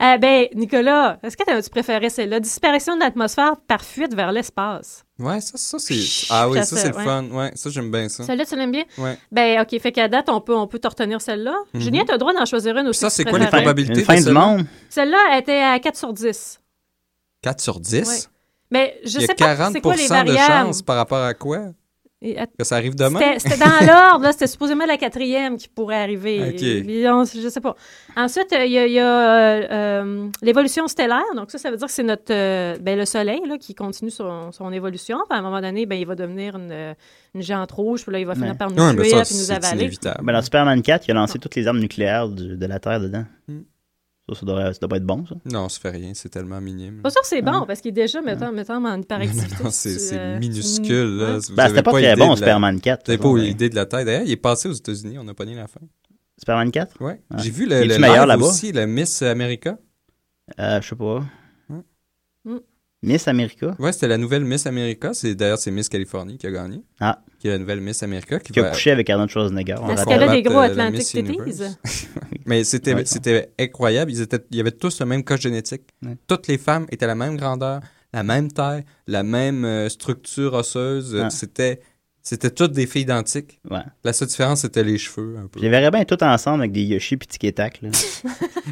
Ah, ben, Nicolas, est-ce que t'as- tu préférais celle-là? Disparition de l'atmosphère par fuite vers l'espace. Ouais, ça, ça c'est. Ah oui, Ça, ça, ça, c'est le ouais. fun. Ouais, ça, j'aime bien ça. Celle-là, tu l'aimes bien? Ouais. Mhm. Ben, OK. Fait qu'à date, on peut, on peut te retenir celle-là. Julien, tu as le droit d'en choisir une aussi. ça, que tu c'est quoi les préfères. hein? probabilités? Probabilité Une de Ah fin du celle-là? monde? Celle-là, elle était à 4 sur 10. 4 sur 10. Ouais. Mais je Il y a sais pas 40 c'est quoi les de variables. chances par rapport à quoi Et att- Que ça arrive demain C'était c'était dans l'ordre, là. C'était supposément la quatrième qui pourrait arriver. Ok. Puis on- je sais pas. Ensuite, euh, il y a, il y a, euh, euh, l'évolution stellaire. Donc ça, ça veut dire que c'est notre euh, ben, le Soleil là, qui continue son, son évolution. Puis à un moment donné, ben, il va devenir une, une géante rouge. Puis là, il va finir Ouais. par nous Ouais, mais tuer ça, puis nous c'est avaler. inévitable. Ah. Hmm. Ben, dans Superman 4, il a lancé toutes les armes nucléaires du- de la Terre dedans. Ça, ça doit, ça doit pas être bon, ça. Non, ça fait rien, c'est tellement minime. Pas sûr que c'est Ah bon, parce qu'il est déjà, mettons, mettons en Non, non, hyperactivité. non, si c'est tu, c'est euh, minuscule. Là. ouais. Vous Ben, avez c'était pas, idée très de bon, la- Superman 4. Vous avez pas ça, mais- idée de la tête. D'ailleurs, il est passé aux États-Unis, on a pogné la fin. Superman 4? Ouais. Ouais. J'ai vu le, Il est-tu le meilleur live là-bas? aussi, le Miss America. Euh, je sais pas. Hmm. Hmm. Miss America? Ouais, c'était la nouvelle Miss America. C'est d'ailleurs c'est Miss Californie qui a gagné. Ah. Qui est la nouvelle Miss America qui, Qui a va- couché avec Arnold Schwarzenegger. on Parce rappelle. qu'elle a des combattre, gros euh, la Atlantic Miss Titties. Universe. Mais c'était Ouais. c'était incroyable. Ils étaient il y avait tous le même code génétique. Ouais. Toutes les femmes étaient la même grandeur, la même taille, la même euh, structure osseuse. Ah. C'était c'était toutes des filles identiques. Ouais. La seule différence c'était les cheveux un peu. Je les verrais bien toutes ensemble avec des Yoshi puis Tic et Tac. là.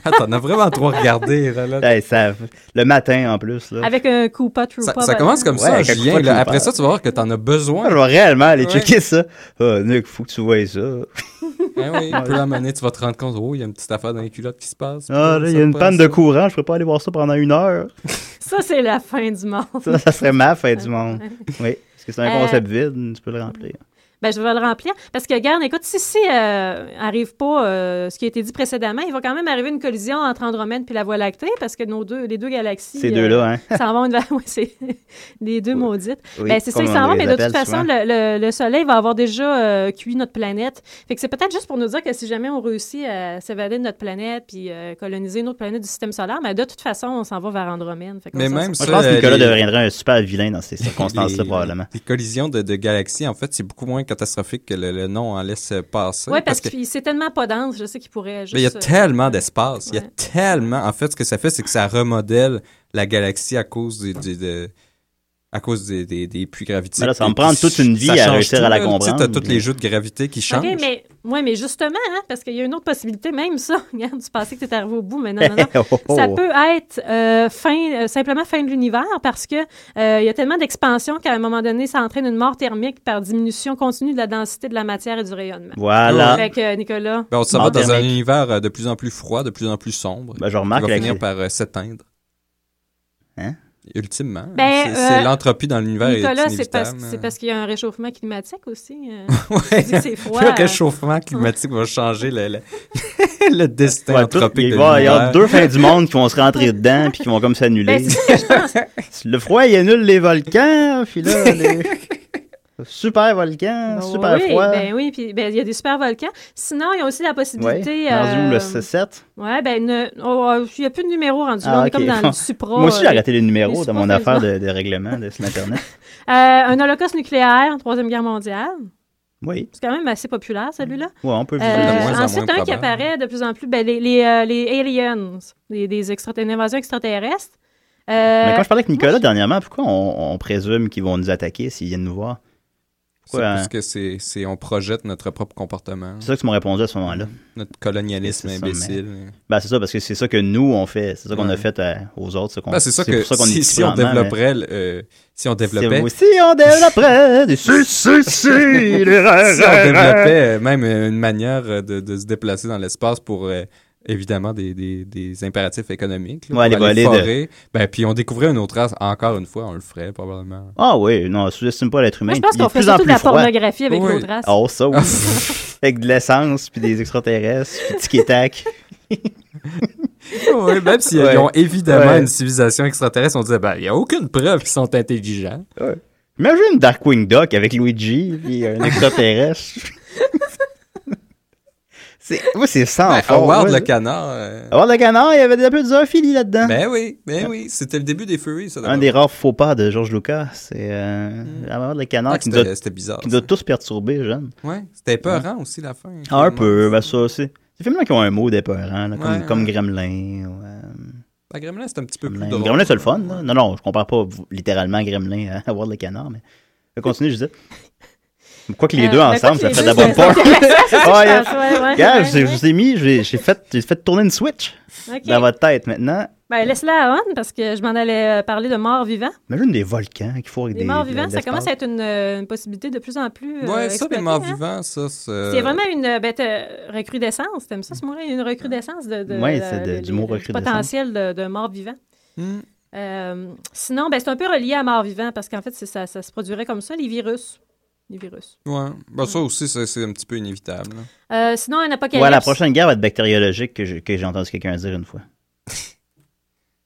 Ah, t'en as vraiment trop regardé. là, là. Hey, ça- le matin en plus. Là. Avec un coup pas true Ça, pas, ça voilà. commence comme Ouais, ça, avec un Julien. coup de là. coupe, après hein. ça, tu vas voir que t'en as besoin. Ah, Je vais réellement aller Ouais. checker ça. Ah, Nick, faut que tu vois ça. Eh oui, peu la monnaie, tu vas te rendre compte, oh, il y a une petite affaire dans les culottes qui se passe. Ah, là, il y a Ça une te panne prend de courant, je pourrais pas aller voir ça pendant une heure. Ça, c'est la fin du monde. Ça, ça serait ma fin du monde. Oui, parce que c'est un Euh, concept vide, tu peux le remplir. Ben, je vais le remplir. Parce que, regarde, écoute, si, si euh, arrive pas euh, ce qui a été dit précédemment, il va quand même arriver une collision entre Andromède puis la Voie lactée, parce que nos deux, les deux galaxies Ces euh, deux-là, hein. s'en vont une vers- ouais, c'est les deux maudites. Oui, ben, c'est ça, comme ils on s'en vont, les mais de appelle toute façon, souvent. le, le- le Soleil va avoir déjà euh, cuit notre planète. Fait que c'est peut-être juste pour nous dire que si jamais on réussit à s'évader de notre planète puis euh, coloniser une autre planète du système solaire, mais de toute façon, on s'en va vers Andromède. Fait qu'on Mais s'en même sort. Moi, ça, je pense que euh, Nicolas les- deviendrait un super vilain dans ces circonstances-là, les- probablement. Les collisions de, de galaxies, en fait, c'est beaucoup moins catastrophique que le, le nom en laisse passer. Oui, parce, que- que c'est tellement pas dense, je sais qu'il pourrait juste... euh, mais il y a tellement d'espace. Il y a Ouais. tellement. En fait, ce que ça fait, c'est que ça remodèle la galaxie à cause des. des- de- à cause des, des- des puits gravitiques. Mais là, ça va me Et puis, prendre toute une vie ça à change réussir tout, à la là. Tu sais, t'as comprendre. tous les jeux de gravité qui changent. OK, mais, ouais, mais justement, hein, parce qu'il y a une autre possibilité, même ça, regarde, tu pensais que tu étais arrivé au bout, mais non, non, non. Oh, oh, Ça oh. peut être euh, fin, euh, simplement fin de l'univers parce que euh, il y a tellement d'expansion qu'à un moment donné, ça entraîne une mort thermique par diminution continue de la densité de la matière et du rayonnement. Voilà. Fait que, euh, Nicolas, Ben, on s'en Bon, va dans un thermique. univers euh, de plus en plus froid, de plus en plus sombre. Ben, je qui remarque va avec finir par euh, s'éteindre. Hein? Ultimement. Ben, c'est c'est euh, l'entropie dans l'univers est Nicolas, c'est inévitable. parce, c'est parce qu'il y a un réchauffement climatique aussi. euh. Ouais. tu dis que c'est froid. hein. Le réchauffement climatique va changer le, le, le destin Ouais, tout- anthropique il de va- il y l'univers. aura deux fins du monde qui vont se rentrer dedans puis qui vont comme Ben, s'annuler. c'est ça que je pense. le froid, il annule les volcans, puis là, les... super volcan, Ben super oui, froid. Ben oui, puis ben, il y a des super volcans. Sinon, il y a aussi la Ouais, possibilité. rendu où, le euh, 7 Ouais, ben, ne- oh, euh, il n'y a plus de numéro rendu. là, Ah, on est ok. comme dans Bon. le supra. Moi aussi, j'ai euh, arrêté les les numéros dans super mon affaire de, de règlement de sur Internet. euh, un holocauste nucléaire, Troisième Guerre mondiale. Oui, C'est quand même assez populaire, celui-là. ouais, on peut Euh, de moins vivre. en moins ensuite, un qui probable. apparaît de plus en plus, ben, les, les, euh, les aliens, les, des extra- une invasion extraterrestre. Euh, Mais quand je parlais avec Nicolas dernièrement, pourquoi on, on présume qu'ils vont nous attaquer s'ils viennent nous voir? C'est Ouais. parce que c'est, c'est, on projette notre propre comportement, C'est ça que tu m'ont répondu à ce moment-là. notre colonialisme C'est ça, imbécile. Ben, c'est ça, parce que c'est ça que nous, on fait. C'est ça qu'on Ouais. a fait euh, aux autres. c'est qu'on- Ben, c'est ça c'est que pour ça qu'on est si, ici si on présentement, mais- développerait, le- euh, si on développait, Si on développerait des si, si, si, les rêves. si on développait euh, même euh, une manière euh, de, de se déplacer dans l'espace pour euh, évidemment des, des, des impératifs économiques, là, Ouais, pour les aller voler de- forer. ben, puis on découvrait une autre race, encore une fois, on le ferait probablement. Ah oui, non, sous-estime pas l'être humain. moi, je pense Il est qu'on de fait plus en surtout de plus la froid. pornographie avec Oui. l'autre race. Oh, ça, oui. Avec de l'essence, puis des extraterrestres, puis tic et tac. Oui, même s'ils Ouais. ont évidemment Ouais. une civilisation extraterrestre, on disait, ben, il n'y a aucune preuve qu'ils sont intelligents. Imagine Darkwing Duck avec Luigi, puis un extraterrestre. c'est, moi, c'est sans Ben, fort. Howard moi. le canard. euh, Howard le canard, il y avait un peu de zoophilie là-dedans. Ben oui, ben oui, c'était le début des Furies, ça. Hein? un d'abord. Ah, des rares faux pas de George Lucas, c'est euh, Howard le canard Ah, qui nous a, C'était c'était bizarre. qui nous a ça. tous perturbés, jeune. Ouais, c'était peurant aussi la fin. Ah, un finalement. peu, ben ça, c'est. Ces films-là qui ont un mot d'épeurant, là, comme, Ouais. comme Gremlin. ou, euh, Ben, Gremlin, c'était un petit peu plus Gremlin, drôle. Gremlin, c'est le fun. là. Non, non, je compare pas v- littéralement Gremlin à Howard le Canard, mais. Je vais continuer, je disais. Quoi que les Euh, deux ben, quoi ensemble, ça que fait les d'abord deux, pas. Ah, Ouais, ouais, hein. ouais, Gars, ouais, je ouais. vous ai mis, j'ai j'ai fait, j'ai fait tourner une switch Ok. dans votre tête maintenant. Ben, laisse-la à Anne, parce que je m'en allais euh, parler de morts vivants. Imagine des volcans qu'il faut avec Les des. morts de- vivants, ça l'espace. commence à être une, euh, une possibilité de plus en plus. euh, Ouais, ça, exploitée, les morts hein. vivants, ça, c'est. C'est vraiment une euh, bête euh, recrudescence, t'aimes ça ce mot-là? Une recrudescence de, de, Ouais, de- c'est de- de- du de- mot de- recrudescence. potentiel de, de morts vivants. Hmm. Euh, sinon, ben, c'est un peu relié à morts vivants parce qu'en fait, c'est ça, ça se produirait comme ça, les virus. Les virus. Ouais. Ben, ça aussi, c'est c'est un petit peu inévitable. là. Euh, sinon, un apocalypse. Ouais, la prochaine guerre va être bactériologique que j'ai que j'ai entendu quelqu'un dire une fois.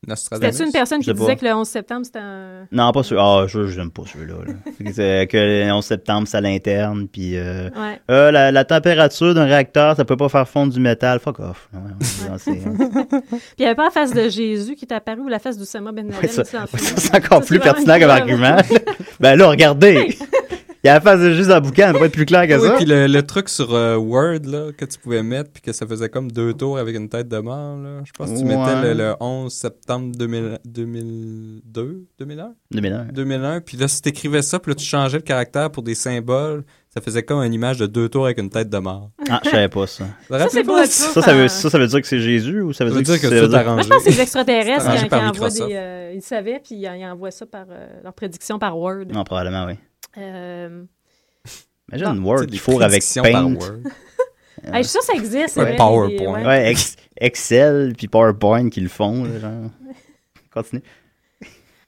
Nostradamus. C'était-tu une personne Je qui sais disait pas. que le 11 septembre, c'était un. Non, pas celui Ah, je n'aime pas celui-là. là. C'est que le 11 septembre, c'est à l'interne, puis... euh, Ouais. euh, la, la température d'un réacteur, ça peut pas faire fondre du métal. Fuck off. Ouais, ouais, non, c'est- Puis il n'y avait pas la face de Jésus qui est apparue ou la face d'Oussama Ben Laden. Ouais, ça, aussi dans le ouais, film. ça, c'est encore Ça, plus c'est vraiment pertinent comme incroyable. argument. ben là, regardez. Il y a la face de juste dans le bouquin, elle peut pas être plus claire que Oui, ça. puis le, le truc sur euh, Word là, que tu pouvais mettre, puis que ça faisait comme deux tours avec une tête de mort. Là. Je pense que tu mettais Ouais. le, le 11 septembre 2000 2002, 2001, 2001. 2001. Puis là, si tu écrivais ça, puis là, tu changeais le caractère pour des symboles, ça faisait comme une image de deux tours avec une tête de mort. Ah, je savais pas ça. Vous vous rappelez c'est pas beau, ça? ça. Ça, ça veut, ça, ça veut dire que c'est Jésus ou ça Ça veut, veut dire que ça veut tout est dire- Moi, arrangé. je pense que c'est les C'est extraterrestres arrangé qui, qui par envoient Microsoft. des. euh, ils savaient, puis ils, ils envoient ça par euh, leur prédiction par Word. Non, probablement, oui. Euh, Imagine une Ah, Tu Word sais, des qui fourre avec prédictions par Paint. Word. hey, je suis sûre que ça existe. c'est Un vrai, des- PowerPoint. ouais. Ouais, ex- Excel puis PowerPoint qui le font. là, genre. Continue.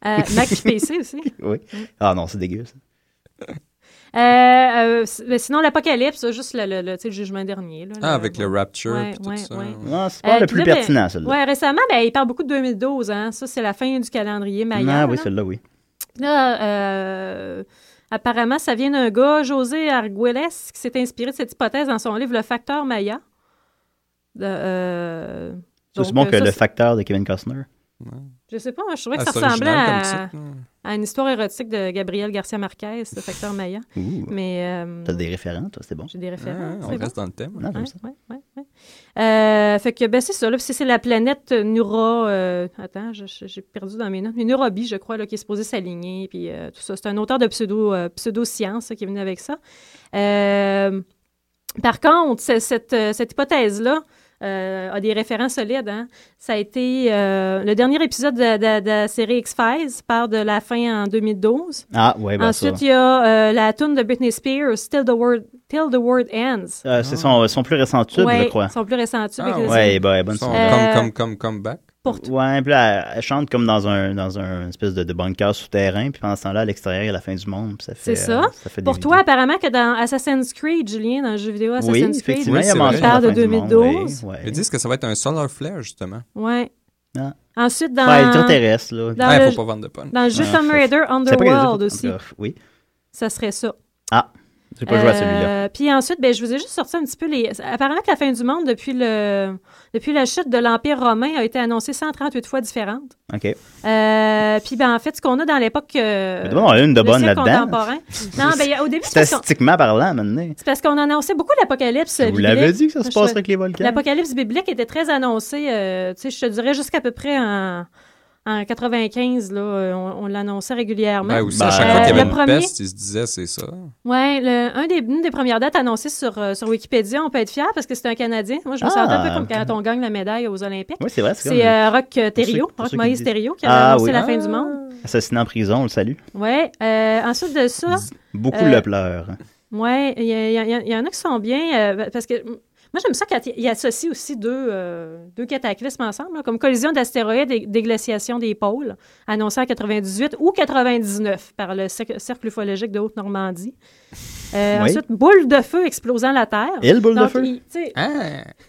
Euh, Mac PC aussi. Oui. Ah non, c'est dégueu, ça. Euh, euh, s- mais sinon, l'Apocalypse, juste le, le, le, tu sais, le jugement dernier. Là, Ah, avec le Rapture, Ouais, puis tout ouais, ça. ouais. Non, c'est pas Euh, le puis plus là, ben, pertinent, celui-là. Ouais, récemment, ben, il parle beaucoup de 2012. Hein. Ça, c'est la fin du calendrier maya. ah oui, là. celui-là, oui. Là, euh, apparemment, ça vient d'un gars, José Arguelles, qui s'est inspiré de cette hypothèse dans son livre Le facteur Maya. De, euh, Ça, donc, C'est bon euh, que ça, le c'est- facteur de Kevin Costner. Je sais pas, moi, je trouvais que ça Ah, c'est ressemblait original comme à, titre, hein. à une histoire érotique de Gabriel Garcia Marquez, le facteur Maya. Ouh, Mais euh, t'as des référents, toi, c'est bon. j'ai des Ah, références. on c'est bon. reste dans le thème. Non, j'aime Ouais, ça. ouais, ouais, ouais. Euh, fait que, ben, c'est ça. Là, Puis c'est c'est la planète Nura. euh, attends, je- je- j'ai perdu dans mes notes. Mais Nurabi, je crois, là, qui est supposé s'aligner. Puis euh, tout ça. C'est un auteur de pseudo, euh, pseudo-science là, qui est venu avec ça. Euh, par contre, c'est- cette, euh, cette hypothèse-là euh, a des références solides. hein. Ça a été. euh, le dernier épisode de, de- de la série X-Files part de la fin en 2012. Ah, ouais, ben ça. Ensuite, il y a euh, la tune de Britney Spears, Till the World, Till the World Ends. Euh, c'est son, son plus récent tube, Ouais, je crois. Son plus récent tube. Ah, avec les- Ouais, bah, bonne Son son. Euh, Come, come, come, come back. Ouais, puis là, elle- elle chante comme dans un, dans un espèce de, de bunker souterrain, puis pendant ce temps-là, à l'extérieur, il y a la fin du monde. puis ça fait, C'est ça. euh, fait des Pour vidéos. toi, apparemment que dans Assassin's Creed, Julien, dans le jeu vidéo oui, Assassin's Creed, effectivement, oui, il y a c'est mentionné vrai. la Part de fin du monde, 2012. oui, ouais. Ils disent que ça va être un solar flare, justement. ouais. Ah. Ensuite, dans, Ouais, extraterrestre, là. Dans Ah, le- faut pas vendre de punch. dans le jeu Ouais, Tomb c'est- Raider C'est pas que les autres- Underworld aussi, Ah, Oui, ça serait ça. j'ai pas joué à Euh, celui-là. Puis ensuite, ben, je vous ai juste sorti un petit peu les. Apparemment que la fin du monde, depuis, le... depuis la chute de l'Empire romain, a été annoncée 138 fois différente. OK. Euh, Puis ben, en fait, ce qu'on a dans l'époque. euh, Mais d'abord, on a une de le bonne siècle là-dedans. contemporain. Non, ben, il y a- au début, c'est parce qu'on- Statistiquement parlant, maintenant. c'est parce qu'on annonçait beaucoup l'apocalypse. Vous biblique. l'avez dit que ça Je se passe fais- avec les volcans. L'apocalypse biblique était très annoncée, euh, tu sais, je te dirais jusqu'à peu près en, en 95, là, euh, on, on l'annonçait régulièrement. Ouais, aussi, Ben, à chaque euh, fois qu'il y le avait une premier- peste, ils se disaient, c'est ça. Ouais, le- un des, une des premières dates annoncées sur, euh, sur Wikipédia, on peut être fier parce que c'est un Canadien. Moi, je me sentais un Ah. peu comme quand on gagne la médaille aux Olympiques. Oui, c'est vrai. C'est comme- euh, Rock euh, Thériault, pour ceux Rock qui Moïse disent- Thériault, qui avait Ah, annoncé oui. la fin du monde. Assassiné en prison, on le salue. Ouais. euh, ensuite de ça, Beaucoup Euh, le pleurent. ouais, il y, a- il y a- il y en a qui sont bien euh, parce que mm, moi j'aime ça quand ils associent aussi deux, euh, deux cataclysmes ensemble, là, comme collision d'astéroïdes et déglaciation des pôles, annoncée en 98 ou 99 par le cer- cercle ufologique de Haute-Normandie. Euh, Oui. Ensuite, boule de feu explosant la Terre. Et le boule de Donc, feu? il- tu sais- Ah!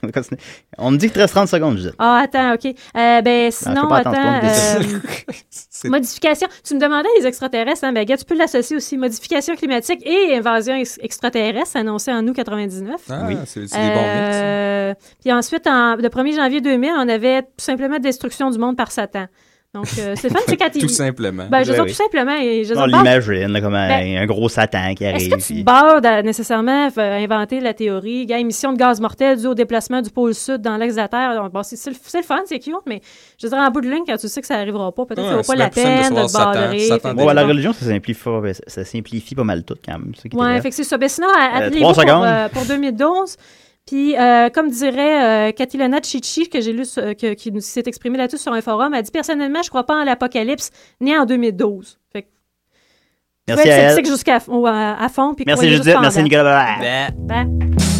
On continue. On me dit que 13 30 secondes, Judith. Ah, attends, OK. Euh, ben, Ah, sinon, fais pas attends. attention, euh, C'est- Modification. Tu me demandais les extraterrestres, hein? Ben, gars, tu peux l'associer aussi. Modification climatique et invasion ex- extraterrestre annoncée en août 99. Ah, Oui. c'est c'est des bons mix. hein. ça. Euh, Puis ensuite, en- le 1er janvier 2000, on avait tout simplement destruction du monde par Satan. Donc, euh, c'est le fun, c'est quand il. Tout simplement. Ben, je veux Ouais, dire, oui. tout simplement. et Je veux On dire, bon, l'imagine, là, comme un, un gros Satan qui est-ce arrive. que tu te puis- barres de- nécessairement à inventer la théorie, gars, émission de gaz mortel due au déplacement du pôle sud dans l'axe de la Terre? Donc, bon, c'est c'est le c'est le fun, c'est cute, mais je veux dire, en bout de ligne, quand tu sais que ça arrivera pas, peut-être Ouais, que ça vaut c'est pas la bien plus simple de peine de savoir te Satan, barrer. Satan Fait que des Ouais, ouais, la bon. religion, ça simplifie, pas- ben, ça- ça simplifie pas mal tout quand même. c'est ça qui est Ouais, vrai. fait que c'est ça. Ben, sinon, à- Euh, attelez-vous trois pour, secondes. euh, pour 2012. Puis, euh, comme dirait euh, Katilana Chichi, que j'ai lu, sur- euh, que- qui nous- s'est exprimée là-dessus sur un forum, elle dit Personnellement, je crois pas en l'apocalypse, ni en 2012. Fait que, Merci ouais, à c'est- elle. c'est que jusqu'à f- au- à, à fond. Puis Merci croyez juste Judith, en merci date. Nicolas. Belair. Bye.